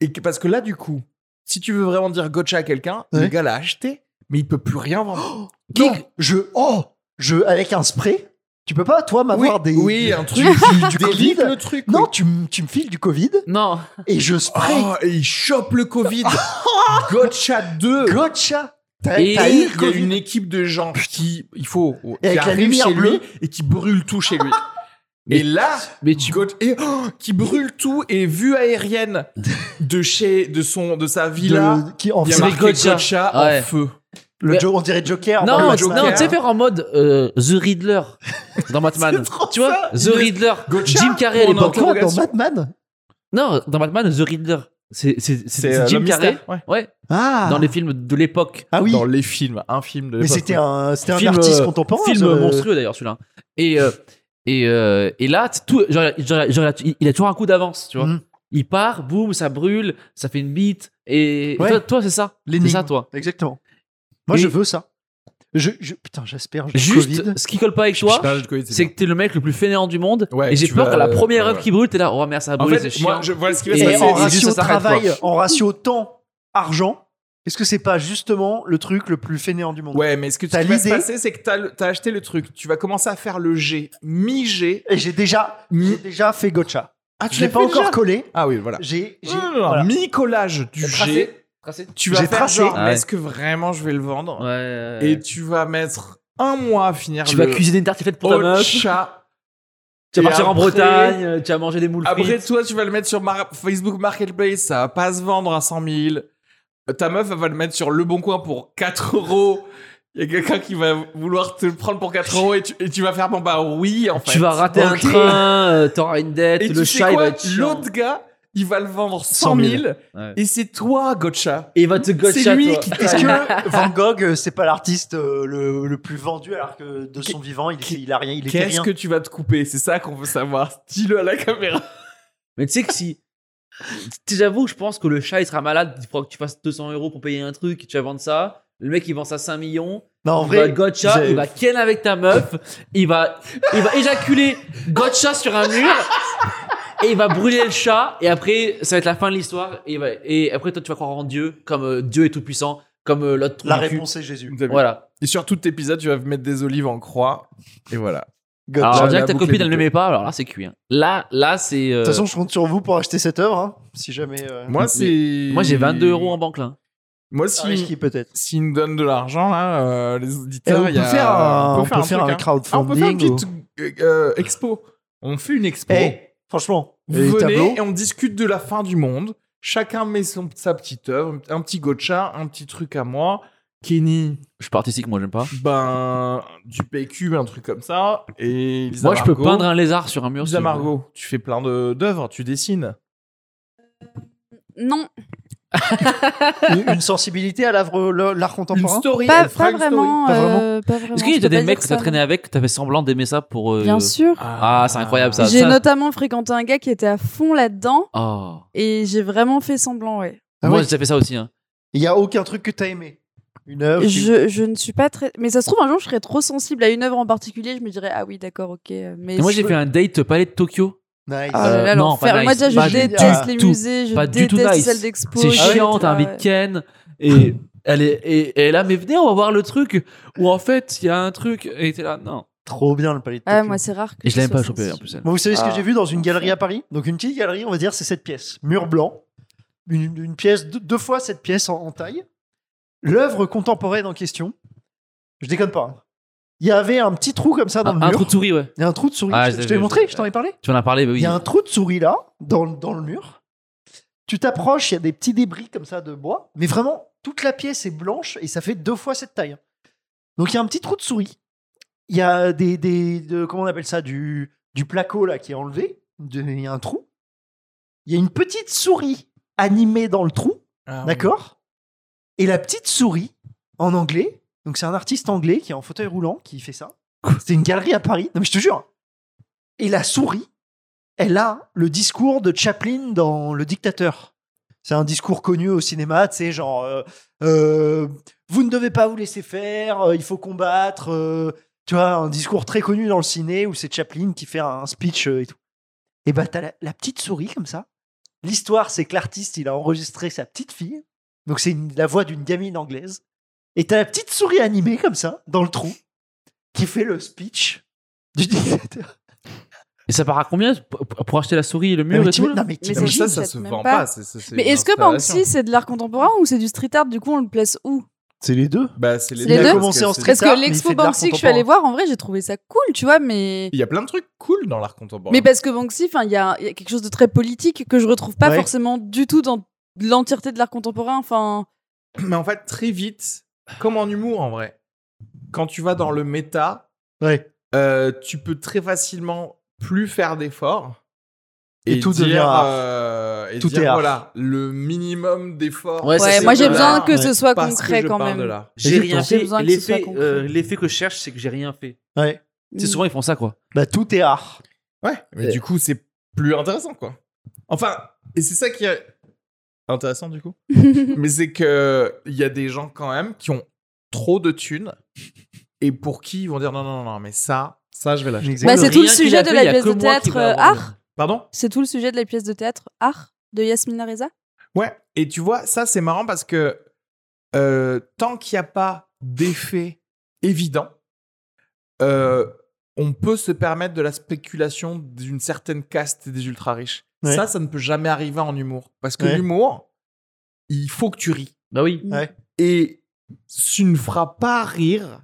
A: Et que, parce que là, du coup, si tu veux vraiment dire gotcha à quelqu'un, le
C: Ouais.
A: gars l'a acheté, mais il peut plus rien vendre.
C: Non, je, oh, je, avec un spray, tu peux pas, toi, m'avoir
A: oui,
C: des.
A: oui, un truc qui
C: du
A: délite
C: Covid.
A: le truc.
C: Non,
A: oui.
C: tu, m- tu me files du Covid
B: Non,
C: et je spray.
A: Oh, et il chope le Covid. gotcha 2.
C: Gotcha T'as
B: Et
A: Et
C: t'as eu le
A: il y a
C: Covid.
A: une équipe de gens qui, il faut, oh, qui
C: avec la
A: arrivent
C: lumière
A: chez
C: bleue.
A: lui et qui brûle tout chez lui. et là,
B: mais tu.
A: God- et, oh, qui brûle tout et vue aérienne de chez, de son, de sa villa,
C: de- qui en
A: il y a
B: c'est
A: marqué
B: Gotcha.
A: Gotcha,
B: Ouais.
A: en feu.
C: le
B: Mais-
C: Jo- on dirait Joker. dans
B: Non,
C: le
B: tu
C: Batman.
B: non, tu sais, faire en mode euh, The Riddler dans Batman.
A: trop
B: tu vois,
A: ça.
B: The Riddler.
A: Gotcha
B: Jim Carrey à
A: Pour
B: l'époque.
A: notre-
C: Quoi, dans
A: interrogation.
C: Batman
B: Non, dans Batman, The Riddler. C'est c'est- c'est- c'est
A: euh,
B: Jim
A: l'homme
B: Carrey.
A: mystère, ouais.
B: Ouais,
C: Ah
B: dans les films de l'époque.
C: Ah oui,
A: Dans les films, un film de
C: mais
A: l'époque.
C: c'était un, c'était un
B: Film,
C: artiste
B: euh,
C: contemporain.
B: Film
C: ce-
B: monstrueux d'ailleurs celui-là. Et euh, et euh, et là, t- tout, genre, genre- genre, il il a toujours un coup d'avance, tu vois.
C: Mhm.
B: Il part, boum, ça brûle, ça fait une bite. Et, et
C: Ouais.
B: toi, toi, c'est ça. C'est
C: L'énigme.
B: ça, toi.
C: Exactement. Moi,
B: Et-
C: je veux ça. Je, je- putain, j'espère. j'ai le
B: Juste,
C: Covid.
B: ce qui colle pas avec toi,
A: Putain, j'ai le Covid, c'est
B: c'est
A: bien.
B: que t'es le mec le plus fainéant du monde.
A: Ouais,
B: et j'ai
A: tu
B: peur
A: vas-
B: qu'à la première
A: ouais,
B: œuvre qui brûle, t'es là, oh merde, ça
A: En
B: brûle, c'est
A: fait, moi,
B: chiant.
A: je vois ce qui va se
B: Et
C: Et
A: passer.
C: en
A: et juste,
C: ratio
A: ça s'arrête, quoi.
C: travail, en ratio temps, argent, est-ce que c'est pas justement le truc le plus fainéant du monde
A: Ouais, mais ce que tu
C: T'as
A: vas se
C: l'idée.
A: passer, c'est que t'as le- t'as acheté le truc. Tu vas commencer à faire le G, mi-G.
C: Et j'ai déjà, j'ai déjà fait Gotcha.
A: Ah,
C: Je l'ai pas encore collé.
A: Mm. Ah oui, Ah, voilà.
C: J'ai, j'ai-
A: Non, non, non,
C: voilà.
A: Mi-collage du G.
B: Tracé. Tracé.
A: tu vas
C: J'ai
A: faire
C: tracé.
A: genre,
B: Ah
A: mais
B: ouais.
A: est-ce que vraiment je vais le vendre
B: Ouais.
A: Et tu vas mettre un mois à finir
B: Tu
A: le
B: vas cuisiner une tartiflette pour ta meuf.
A: chat.
B: Tu vas partir
A: Oh,
B: en
A: après-
B: Bretagne. euh, Tu vas manger des moules
A: Après
B: frites.
A: toi, tu vas le mettre sur Mar- Facebook Marketplace, ça va pas se vendre à 100 000. Euh, Ta meuf, elle va le mettre sur Le Bon Coin pour 4 euros. Il y a quelqu'un qui va vouloir te le prendre pour 4 euros et tu, et tu vas faire bon bah oui en fait.
B: Tu vas rater un
A: Ok.
B: train. euh, T'auras une dette.
A: Et
B: Le
A: tu sais
B: chat il
A: quoi
B: va être chiant.
A: L'autre gars, il va le vendre 100 000,
C: 100 000.
B: Ouais.
A: et c'est toi, Gotcha.
B: Et il va te
A: c'est
B: gotcha,
A: lui
B: toi.
A: qui t'a
C: Est-ce que Van Gogh, euh, c'est pas l'artiste euh, le, le plus vendu alors que de son vivant, il, était- il a rien, il était
A: Qu'est-ce
C: rien.
A: que tu vas te couper C'est ça qu'on veut savoir. Dis-le à la caméra.
B: Mais tu sais que si. Tu- J'avoue, je pense que le chat il sera malade. Il faudra que tu fasses 200 euros pour payer un truc. Tu vas vendre ça. Le mec il vend ça 5 millions.
C: Non, en
B: il va
C: vrai,
B: gotcha.
C: j'ai-
B: Il va ken avec ta meuf. Il va, il va éjaculer gotcha sur un mur. Et il va brûler le chat. Et après, ça va être la fin de l'histoire. Et, il va- et après, toi, tu vas croire en Dieu. Comme euh, Dieu est tout puissant. Comme euh, l'autre. trou
C: la
B: du cul.
C: réponse est Jésus.
B: Voilà.
A: Et sur tout épisode, tu vas mettre des olives en croix. Et voilà.
C: Gotcha.
B: Alors, on
A: la-
B: dirait
A: la
B: que ta
A: boucle est
B: copine, elle ne
A: bouclée.
B: l'aimait pas. Alors là, c'est cuit. hein. Là, là, c'est. euh,
C: De toute façon, je compte sur vous pour acheter cette œuvre, hein, si jamais. euh,
A: Moi, c'est.
B: moi, j'ai 22 euros en banque là.
A: Moi,
C: un risque qui
A: si.
C: peut-être.
A: S'ils nous donnent de l'argent, là, euh, les
C: Eh,
A: auditeurs,
C: on
A: il y a-
C: peut faire un- on peut faire
A: truc,
C: un
A: hein. Ah, on peut faire une
C: crowdfunding.
A: petite euh, euh, expo. On fait une expo.
C: Eh, franchement,
A: Vous
C: les
A: venez
C: tableaux.
A: et on discute de la fin du monde. Chacun met son, sa petite œuvre, un petit gotcha, un petit truc à moi. Kenny,
B: Je participe, moi, j'aime pas.
A: ben, du PQ, un truc comme ça. Et Lisa
B: Moi, je peux
A: Margot.
B: peindre un lézard sur un mur. si
A: Lisa
B: je veux.
A: Margot, tu fais plein de- d'œuvres, tu dessines.
D: Non,
C: une, une sensibilité à l'œuvre- l'art
A: Une
C: contemporain.
A: story,
D: pas,
A: elle fera
D: pas
A: une story.
D: vraiment,
C: Pas vraiment.
D: euh, pas vraiment.
B: Est-ce qu'il y
D: je
B: a
D: peux
B: des
D: pas
B: mecs
D: dire
B: que t'as
D: ça,
B: traîné avec, que t'as fait semblant d'aimer ça pour. euh,
D: Bien sûr.
B: Ah, c'est incroyable, ça.
D: J'ai notamment fréquenté un gars qui était à fond là-dedans
B: Oh.
D: et j'ai vraiment fait semblant, ouais.
C: Ah
B: moi,
C: ouais.
B: j'ai fait ça aussi. hein.
C: Il y a aucun truc que t'as aimé. Une
A: Ah,
C: œuvre. qui-
D: Je, je ne suis pas très. Mais ça se trouve, un jour, je serais trop sensible à une œuvre en particulier. Je me dirais, ah oui, d'accord, ok. euh, Mais
B: Et moi,
D: je
B: j'ai
D: peux-
B: fait un date palais de Tokyo.
C: Nice.
D: Ah là là,
B: Euh, non,
D: l'enfer.
B: pas nice.
D: Moi, déjà, je
B: Pas
C: du
D: déteste les
B: tout.
D: musées, je
B: Pas du tout
D: déteste les
B: nice.
D: salles d'expo.
B: c'est
D: je
B: chiant,
D: déteste-
B: t'as un
D: ouais.
B: week-end. Et elle est, et, et elle est là, mais venez, on va voir le truc. Où en fait, il y a un truc. Et t'es là, non.
C: Trop bien le palais de
D: Ah,
C: Tokyo.
D: moi, c'est rare que.
B: Et je l'aime
D: sois
B: pas choper en
D: sensible.
B: plus. elle.
C: Moi, vous savez ce que
D: Ah,
C: j'ai vu dans une
D: enfer.
C: galerie à Paris Donc, une petite galerie, on va dire, c'est cette pièce. Mur blanc, une, une pièce, deux, deux fois cette pièce en, en taille. L'œuvre contemporaine en question, je déconne pas. hein. Il y avait un petit trou comme ça dans
D: Ah,
B: Un,
C: le
B: un
C: mur.
B: trou de souris, ouais.
C: Il y a un trou de souris.
B: Ah,
C: je
B: je
C: je
B: l'ai
C: t'avais
B: vu,
C: montré,
B: je-
C: je t'en ai parlé.
B: Tu en as parlé, bah
C: Il
B: oui.
C: y a un trou de souris là, dans, le- dans le mur. Tu t'approches, il y a des petits débris comme ça de bois. Mais vraiment, toute la pièce est blanche et ça fait deux fois cette taille. Donc il y a un petit trou de souris. Il y a des. des de- comment on appelle ça Du, du placo là qui est enlevé. De- Il y a un trou. Il y a une petite souris animée dans le trou.
A: Ah, oui.
C: D'accord Et la petite souris, en anglais, Donc c'est un artiste anglais qui est en fauteuil roulant qui fait ça. C'était une galerie à Paris. Non mais je te jure. Et la souris, elle a le discours de Chaplin dans Le Dictateur. C'est un discours connu au cinéma, tu sais, genre euh, euh, vous ne devez pas vous laisser faire, euh, il faut combattre. euh, tu vois, un discours très connu dans le ciné où c'est Chaplin qui fait un speech euh, et tout. Et bah t'as la, la petite souris comme ça. L'histoire, c'est que l'artiste, il a enregistré sa petite fille. Donc c'est une- la voix d'une gamine anglaise. Et t'as la petite souris animée comme ça, dans le trou, qui fait le speech du dictateur.
B: Et ça part à combien p- p- pour acheter la souris et le mur
C: mais
B: et tout
C: t'im-
B: là
A: Non,
C: mais
D: Mais
A: mais
C: t'imagines-
D: c'est
A: ça,
D: juste,
A: ça
D: ça
A: se
D: te
A: vend
D: même
A: pas.
D: pas.
A: c'est- c'est- c'est
D: Mais
A: une
D: est-ce que
A: installation.
D: Banksy, c'est de l'art contemporain ou c'est du street art Du coup, on le place où
C: C'est les deux.
A: Bah, c'est les
D: C'est les
A: deux.
D: deux
A: parce
C: Commencer
A: que
C: en
A: c'est-
C: street.
D: Parce
C: art,
D: que
C: mais il
D: l'expo
C: fait de l'art
D: Banksy que je suis allée voir, en vrai, j'ai trouvé ça cool, tu vois, mais.
A: Il y a plein de trucs cool dans l'art contemporain.
D: Mais parce que Banksy, enfin, il y, a il y a quelque chose de très politique que je retrouve pas
C: Ouais.
D: forcément du tout dans l'entièreté de l'art contemporain. Enfin,
A: Mais en fait, très vite, comme en humour en vrai, quand tu vas dans le méta,
C: Ouais.
A: euh, tu peux très facilement plus faire d'efforts.
C: Et tout
A: dire,
C: devient art.
A: euh, et
C: Tout
A: dire,
C: est art.
A: voilà, le minimum d'efforts.
B: Ouais, ça,
D: ouais,
B: c'est
D: moi j'ai
B: de
D: besoin
B: l'art,
D: que ce soit
A: Parce
D: concret
A: que je
D: quand
A: parle
D: même.
A: de l'art.
B: J'ai
C: J'ai
B: rien
D: besoin
B: fait.
D: que ce
B: L'effet
D: soit
B: euh,
D: concret.
B: l'effet que je cherche, c'est que j'ai rien fait.
C: Ouais.
B: C'est
D: Mm.
B: souvent ils font ça quoi.
C: Bah tout est art.
A: Ouais, mais
C: Et-
A: du coup, c'est plus intéressant, quoi. Enfin, et c'est ça qui est intéressant, du coup. mais c'est que il y a des gens, quand même, qui ont trop de thunes et pour qui ils vont dire non, non, non, non, mais ça, ça, je vais lâcher.
D: Bah, c'est
B: Rien
D: tout le
B: qu'il
D: sujet
B: a
D: de
B: fait,
D: la
B: il y a
D: pièce
B: que
D: de
B: moi qui
D: théâtre,
B: va
D: euh,
B: avoir
D: art.
A: Pardon
D: C'est tout le sujet de la pièce de théâtre art de Yasmina Reza.
A: Ouais, et tu vois, ça, c'est marrant parce que euh, tant qu'il n'y a pas d'effet évident, euh, on peut se permettre de la spéculation d'une certaine caste des ultra-riches.
C: Ouais.
A: Ça, ça ne peut jamais arriver en humour. Parce que
C: Ouais.
A: l'humour, il faut que tu ris.
B: Bah oui.
A: et tu ne feras pas rire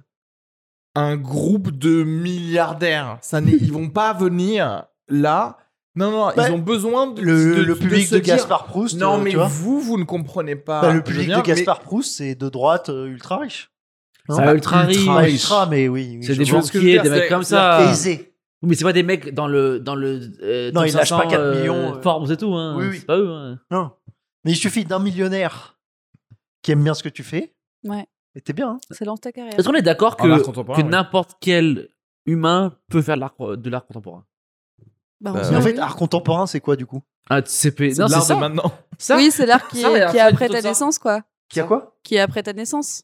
A: un groupe de milliardaires. Ça n'est- ils vont pas venir là. Non, non,
C: Bah,
A: ils ont besoin de,
C: Le,
A: de-
C: le public
A: se
C: de,
A: dire,
C: Gaspard Proust.
A: Non,
C: euh,
A: mais
C: tu vois
A: vous, vous ne comprenez pas.
C: Bah, le
A: Je
C: public
A: viens,
C: de Gaspard Proust, c'est de droite euh, ultra riche.
B: Ça
C: Bah,
B: ultra riche.
C: ultra, ultra, mais oui. oui,
B: C'est
C: je
B: des
C: vois.
A: vois ce que je veux
B: banquiers,
A: dire,
B: des mecs
A: c'est-
B: comme ça.
C: Aisé.
B: Oui, Mais c'est pas des mecs dans le dans le. euh,
C: Non,
B: top
C: ils lâchent pas
B: 500,
C: 4
B: euh,
C: millions, euh.
B: Forbes et tout. Hein.
C: Oui, oui.
B: C'est pas eux. hein.
C: Non. Mais il suffit d'un millionnaire qui aime bien ce que tu fais.
D: Ouais.
C: Et t'es bien. hein.
D: C'est lance ta carrière.
B: Est-ce qu'on est d'accord
A: En art
B: que,
A: contemporain,
B: que
A: oui.
B: n'importe quel humain peut faire de l'art de l'art contemporain
D: Bah,
A: Euh,
D: on
C: Mais en
D: sait
C: fait,
D: pas.
C: art contemporain, c'est quoi du coup
B: Ah, c'est pas-
A: C'est
B: non,
A: de l'art
B: c'est
A: de
B: ça.
A: maintenant.
B: ça.
D: oui, c'est l'art qui,
B: Ça,
D: est,
B: et
D: qui est
B: après,
D: après
B: tout
D: ta
B: ça.
D: naissance, quoi.
C: Qui a quoi
D: Qui est après ta naissance.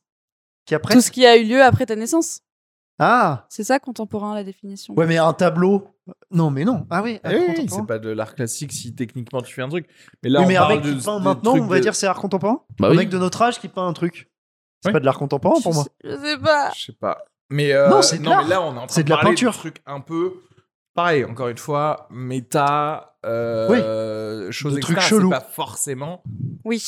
C: Qui après
D: Tout ce qui a eu lieu après ta naissance.
C: Ah
D: C'est ça, contemporain, la définition.
C: Ouais, mais un tableau. Non, mais non. Ah oui, art
A: Eh oui,
C: contemporain.
A: c'est pas de l'art classique si techniquement tu fais un truc. Mais là,
C: Oui,
A: on
C: mais un
A: parle
C: mec qui
A: de-
C: peint
A: de
C: maintenant,
A: trucs
C: on va
A: de-
C: dire c'est art contemporain
B: Bah
C: Un
B: oui.
C: mec de notre âge qui peint un truc. C'est
A: Oui.
C: pas de l'art contemporain pour
D: Je
C: moi.
D: sais- Je sais pas.
A: Je sais pas. Mais euh,
C: Non, c'est de l'art.
A: mais là, on est en train
C: C'est de
A: de
C: la
A: parler
C: peinture.
A: de trucs un peu pareil. Encore une fois, méta, euh, choses
C: De trucs
A: extra, c'est
C: chelous.
A: Pas forcément
D: Oui.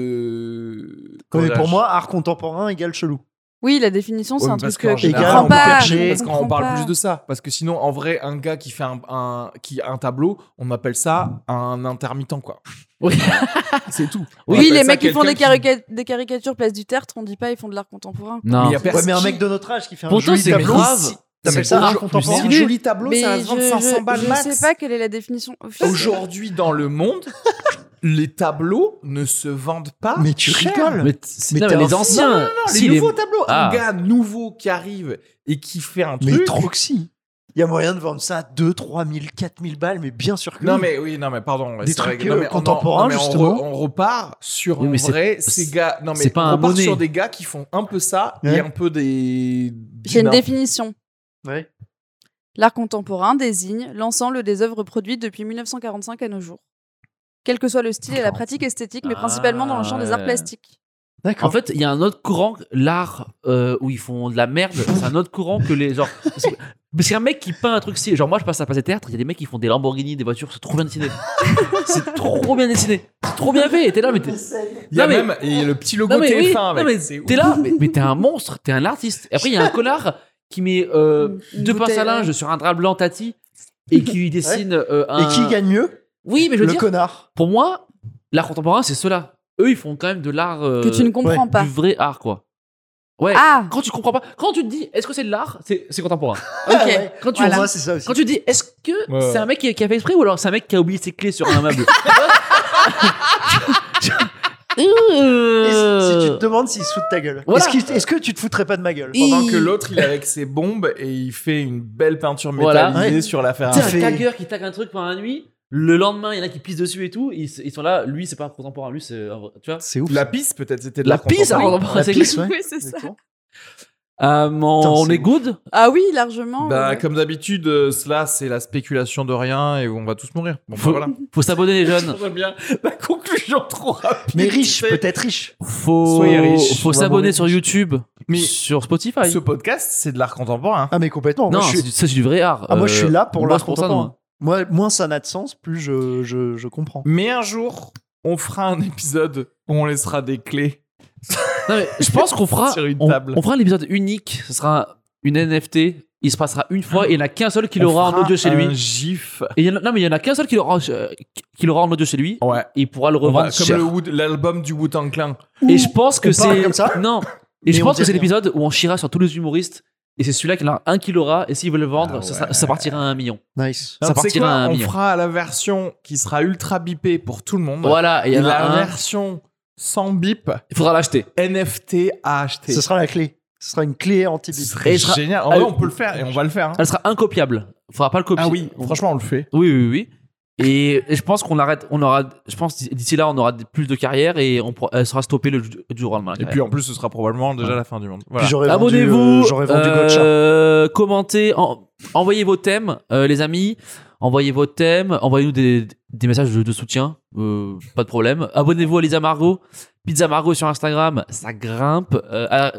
A: de.
C: Mais
A: Comment
C: pour
A: dirais-je
C: moi, art contemporain égale chelou.
D: Oui, la définition, c'est
A: Ouais,
D: un
A: parce
D: truc que
A: qu'en
D: je
C: général,
D: comprends
C: on
D: pas.
C: peut chercher,
D: je
A: Parce qu'on
D: comprends
A: parle
D: pas.
A: plus de ça. Parce que sinon, en vrai, un gars qui fait un, un- qui a un tableau, on appelle ça un intermittent, quoi.
B: Oui.
A: c'est tout. On
D: Oui,
A: appelle
D: les
A: bah, ça
D: mecs qui font des,
A: quelqu'un qui-
D: carica- des caricatures place du tertre, on dit pas ils font de l'art contemporain.
A: Mais
B: Non.
A: il y a
C: Ouais,
A: personne
C: mais un mec
A: qui-
C: de notre âge qui fait un
B: Pourtant,
C: joli
B: c'est
C: tableau.
B: grave.
C: T'appelles
A: Mais
C: ça
A: un
C: art
A: jo-
C: contemporain
A: Un joli tableau,
D: Mais
A: ça va se vendre 500 balles
D: je
A: max.
D: sais pas quelle est la définition officielle.
A: Aujourd'hui, dans le monde, les tableaux ne se vendent pas.
C: Mais tu
A: cher.
C: rigoles.
B: Mais, t-
C: Ah, Mais
B: non,
C: t'es
B: mais
C: un
B: les
C: fou.
A: Non, non,
B: anciens.
A: non, les
B: si, les-
A: nouveaux tableaux.
B: Ah.
A: Un gars nouveau qui arrive et qui fait un
C: Mais
A: truc.
C: Troxy. Il y a moyen de vendre ça à 2, 3 000, 4 000 balles, mais bien sûr que
A: Non
C: oui.
A: mais oui, non mais pardon. ouais,
C: Des
A: c'est vrai
C: trucs,
A: que- non,
C: euh,
A: mais on en-
C: contemporains,
A: non, mais on re-
C: justement.
A: On, repart sur
B: Oui, mais
A: en
B: c'est-
A: vrai ces
B: c'est-
A: gars. Non mais
B: c'est pas un
A: on repart
B: monnaie.
A: sur des gars qui font un peu ça
C: Ouais.
A: et un peu des.
D: J'ai une
A: Non.
D: définition.
C: Ouais.
D: L'art contemporain désigne l'ensemble des œuvres produites depuis 1945 à nos jours. Quel que soit le style et la pratique esthétique, mais
B: Ah,
D: principalement dans le champ des
B: ouais.
D: arts plastiques.
C: D'accord.
B: En fait, il y a un autre courant, que- l'art euh, où ils font de la merde, c'est un autre courant que les. Genre, parce que- parce qu'un mec qui peint un truc, c'est. Genre, moi, je passe à la place des théâtres, il y a des mecs qui font des Lamborghini, des voitures, c'est trop bien dessiné. c'est trop bien dessiné. C'est trop bien fait. Et t'es là, mais t'es.
A: Il y a
B: Non, mais-
A: même et le petit logo
B: Non, mais
A: TF1
B: oui,
A: avec.
B: non, mais
A: c'est ouf.
B: t'es là, mais, mais t'es un monstre, t'es un artiste. Et après, il y a un connard qui met euh,
D: Une
B: deux pinces à
D: bouteille,
B: linge sur un drap blanc tati et qui lui dessine euh, un.
C: Et qui gagne mieux
B: Oui, mais je
C: Le
B: veux dire,
C: connard.
B: pour moi, l'art contemporain, c'est ceux-là. Eux, ils font quand même de l'art. euh,
D: Que tu ne comprends pas.
B: Du vrai art, quoi. Ouais.
D: Ah,
B: Quand tu comprends pas, quand tu te dis, est-ce que c'est de l'art C'est c'est contemporain.
C: Ah
D: ok.
C: ouais.
B: Quand tu,
C: Pour moi, c'est ça aussi.
B: quand tu dis, est-ce que
A: Ouais, ouais.
B: c'est un mec qui, qui a fait exprès ou alors c'est un mec qui a oublié ses clés sur un meuble Euh.
C: Et si si tu te
B: Ah.
C: demandes s'il se fout de ta gueule.
B: Voilà.
C: Est-ce qu'il- est-ce que tu te foutrais pas de ma gueule
A: Pendant
B: Il-
A: que l'autre, il est avec ses bombes et il fait une belle peinture
B: Voilà.
A: métallisée
C: Ouais.
A: sur l'affaire.
B: C'est
C: fait-
B: un tagueur qui tague un truc pendant la nuit. Le lendemain, il y en a qui pissent dessus et tout. Ils, ils sont là. Lui, c'est pas contemporain. Lui, c'est. un vrai- Tu vois
C: C'est ouf.
A: La pisse, peut-être, c'était de
B: La
A: l'art
B: pisse,
A: contemporain.
B: alors,
C: La
B: c'est
C: pisse, ouais.
D: Oui, c'est ça.
C: Exactement.
B: Euh, on
C: Putain,
B: on
C: c'est
B: est good
D: Ah oui,
B: Oh,
D: largement.
A: Bah,
D: ouais.
A: comme d'habitude, euh, cela, c'est la spéculation de rien et on va tous mourir. Bon, bah,
B: Faut-
A: voilà.
B: Faut s'abonner, les jeunes.
A: J'aime bien la conclusion trop rapide.
C: Mais riche, peut-être riche.
B: Faut,
A: Soyez riches.
B: faut
A: On va
B: s'abonner
A: mourir
B: sur YouTube,
A: Mais-
B: sur Spotify.
A: Ce podcast, c'est de l'art contemporain.
C: Ah, mais complètement.
B: Non,
C: moi,
B: c'est
C: je suis...
B: du- ça, c'est du vrai art.
C: ah, moi, je
B: Euh,
C: suis là pour
B: on
C: l'art
B: bosse pour ça,
C: contemporain. Moi, moins ça n'a de sens, plus je, je, je comprends.
A: Mais un jour, on fera un épisode où on laissera des clés.
B: Non, mais je pense qu'on fera,
A: Sur une
B: on,
A: table.
B: on fera un épisode unique. Ce sera une NFT. Il se passera une fois et il n'y en a qu'un seul qui l'aura en
A: fera
B: audio chez lui.
A: Un gif.
B: Et il y en a- non, mais il y en a qu'un seul qui l'aura euh, qui l'aura en audio chez lui.
A: Ouais.
B: Il pourra le
A: On va-
B: revendre
A: comme
B: cher.
A: le Wood- l'album du Wu-Tang Clan.
B: Et je pense que
C: on parle
B: c'est
C: comme ça
B: non. Et je
C: Mais on
B: pense
C: dit
B: que c'est
C: rien.
B: l'épisode où on chira sur tous les humoristes. Et c'est celui-là qu'il y en a un qui l'aura. Et s'ils veulent le vendre,
A: Ah
B: ça- ça,
A: ouais.
B: ça partira à un million.
C: Nice.
B: Ça
A: Non, tu sais
B: partira
A: quoi,
B: à un
A: On
B: million.
A: fera la version qui sera ultra bipée pour tout le monde.
B: Voilà. Et il y
A: Et
B: en a
A: la
B: un.
A: version sans bip,
B: Il faudra l'acheter.
A: NFT à acheter.
C: Ce sera la clé. Ce sera une clé
A: Ce
C: anti-bip.
A: serait
B: Et ce sera-
A: génial. En
B: Ah
A: vrai,
B: oui.
A: on peut le faire et on va le faire. hein.
B: Elle sera incopiable. Faudra pas le copier.
A: Ah oui, franchement, on le fait.
B: Oui, oui, oui. Et, et je pense qu'on arrête. On aura. Je pense d'ici là, on aura plus de carrière et on pourra- elle sera stoppée le, du jour au lendemain. la
A: Et
B: carrière.
A: puis en plus, ce sera probablement déjà la fin du monde. Voilà.
C: Puis j'aurais vendu, euh,
B: Abonnez-vous,
C: J'aurais vendu Gotcha.
B: euh, commentez, en- envoyez vos thèmes, euh, les amis. Envoyez vos thèmes, envoyez-nous des, des messages de, de soutien, euh, pas de problème. Abonnez-vous à Lisa Margot, Pizza Margot sur Instagram, ça grimpe. Euh, à,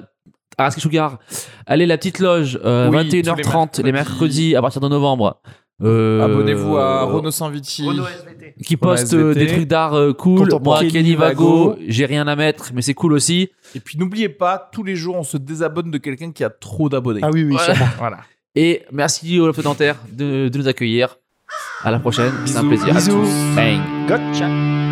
B: à Raski Sugar, allez la petite loge, euh,
A: Oui,
B: 21h30
A: tous
B: les,
A: les mercredis.
B: mercredis à partir de novembre. Euh,
A: Abonnez-vous à Renaud Sanviti.
B: qui
A: Renaud
B: poste euh,
A: SVT.
B: des trucs d'art euh, cool.
C: Contemporain.
B: Moi, Kenny,
A: Kenny
B: Vago,
A: Vago.
B: j'ai rien à mettre, mais c'est cool aussi.
A: Et puis n'oubliez pas, tous les jours, on se désabonne de quelqu'un qui a trop d'abonnés.
C: Ah oui, oui,
B: Ouais.
C: sûrement.
A: Voilà.
B: Et merci au Loft Dentaire de, de nous accueillir. À la prochaine, c'est un
A: Bisous.
B: plaisir.
A: Bisous.
B: Bang.
C: Gotcha.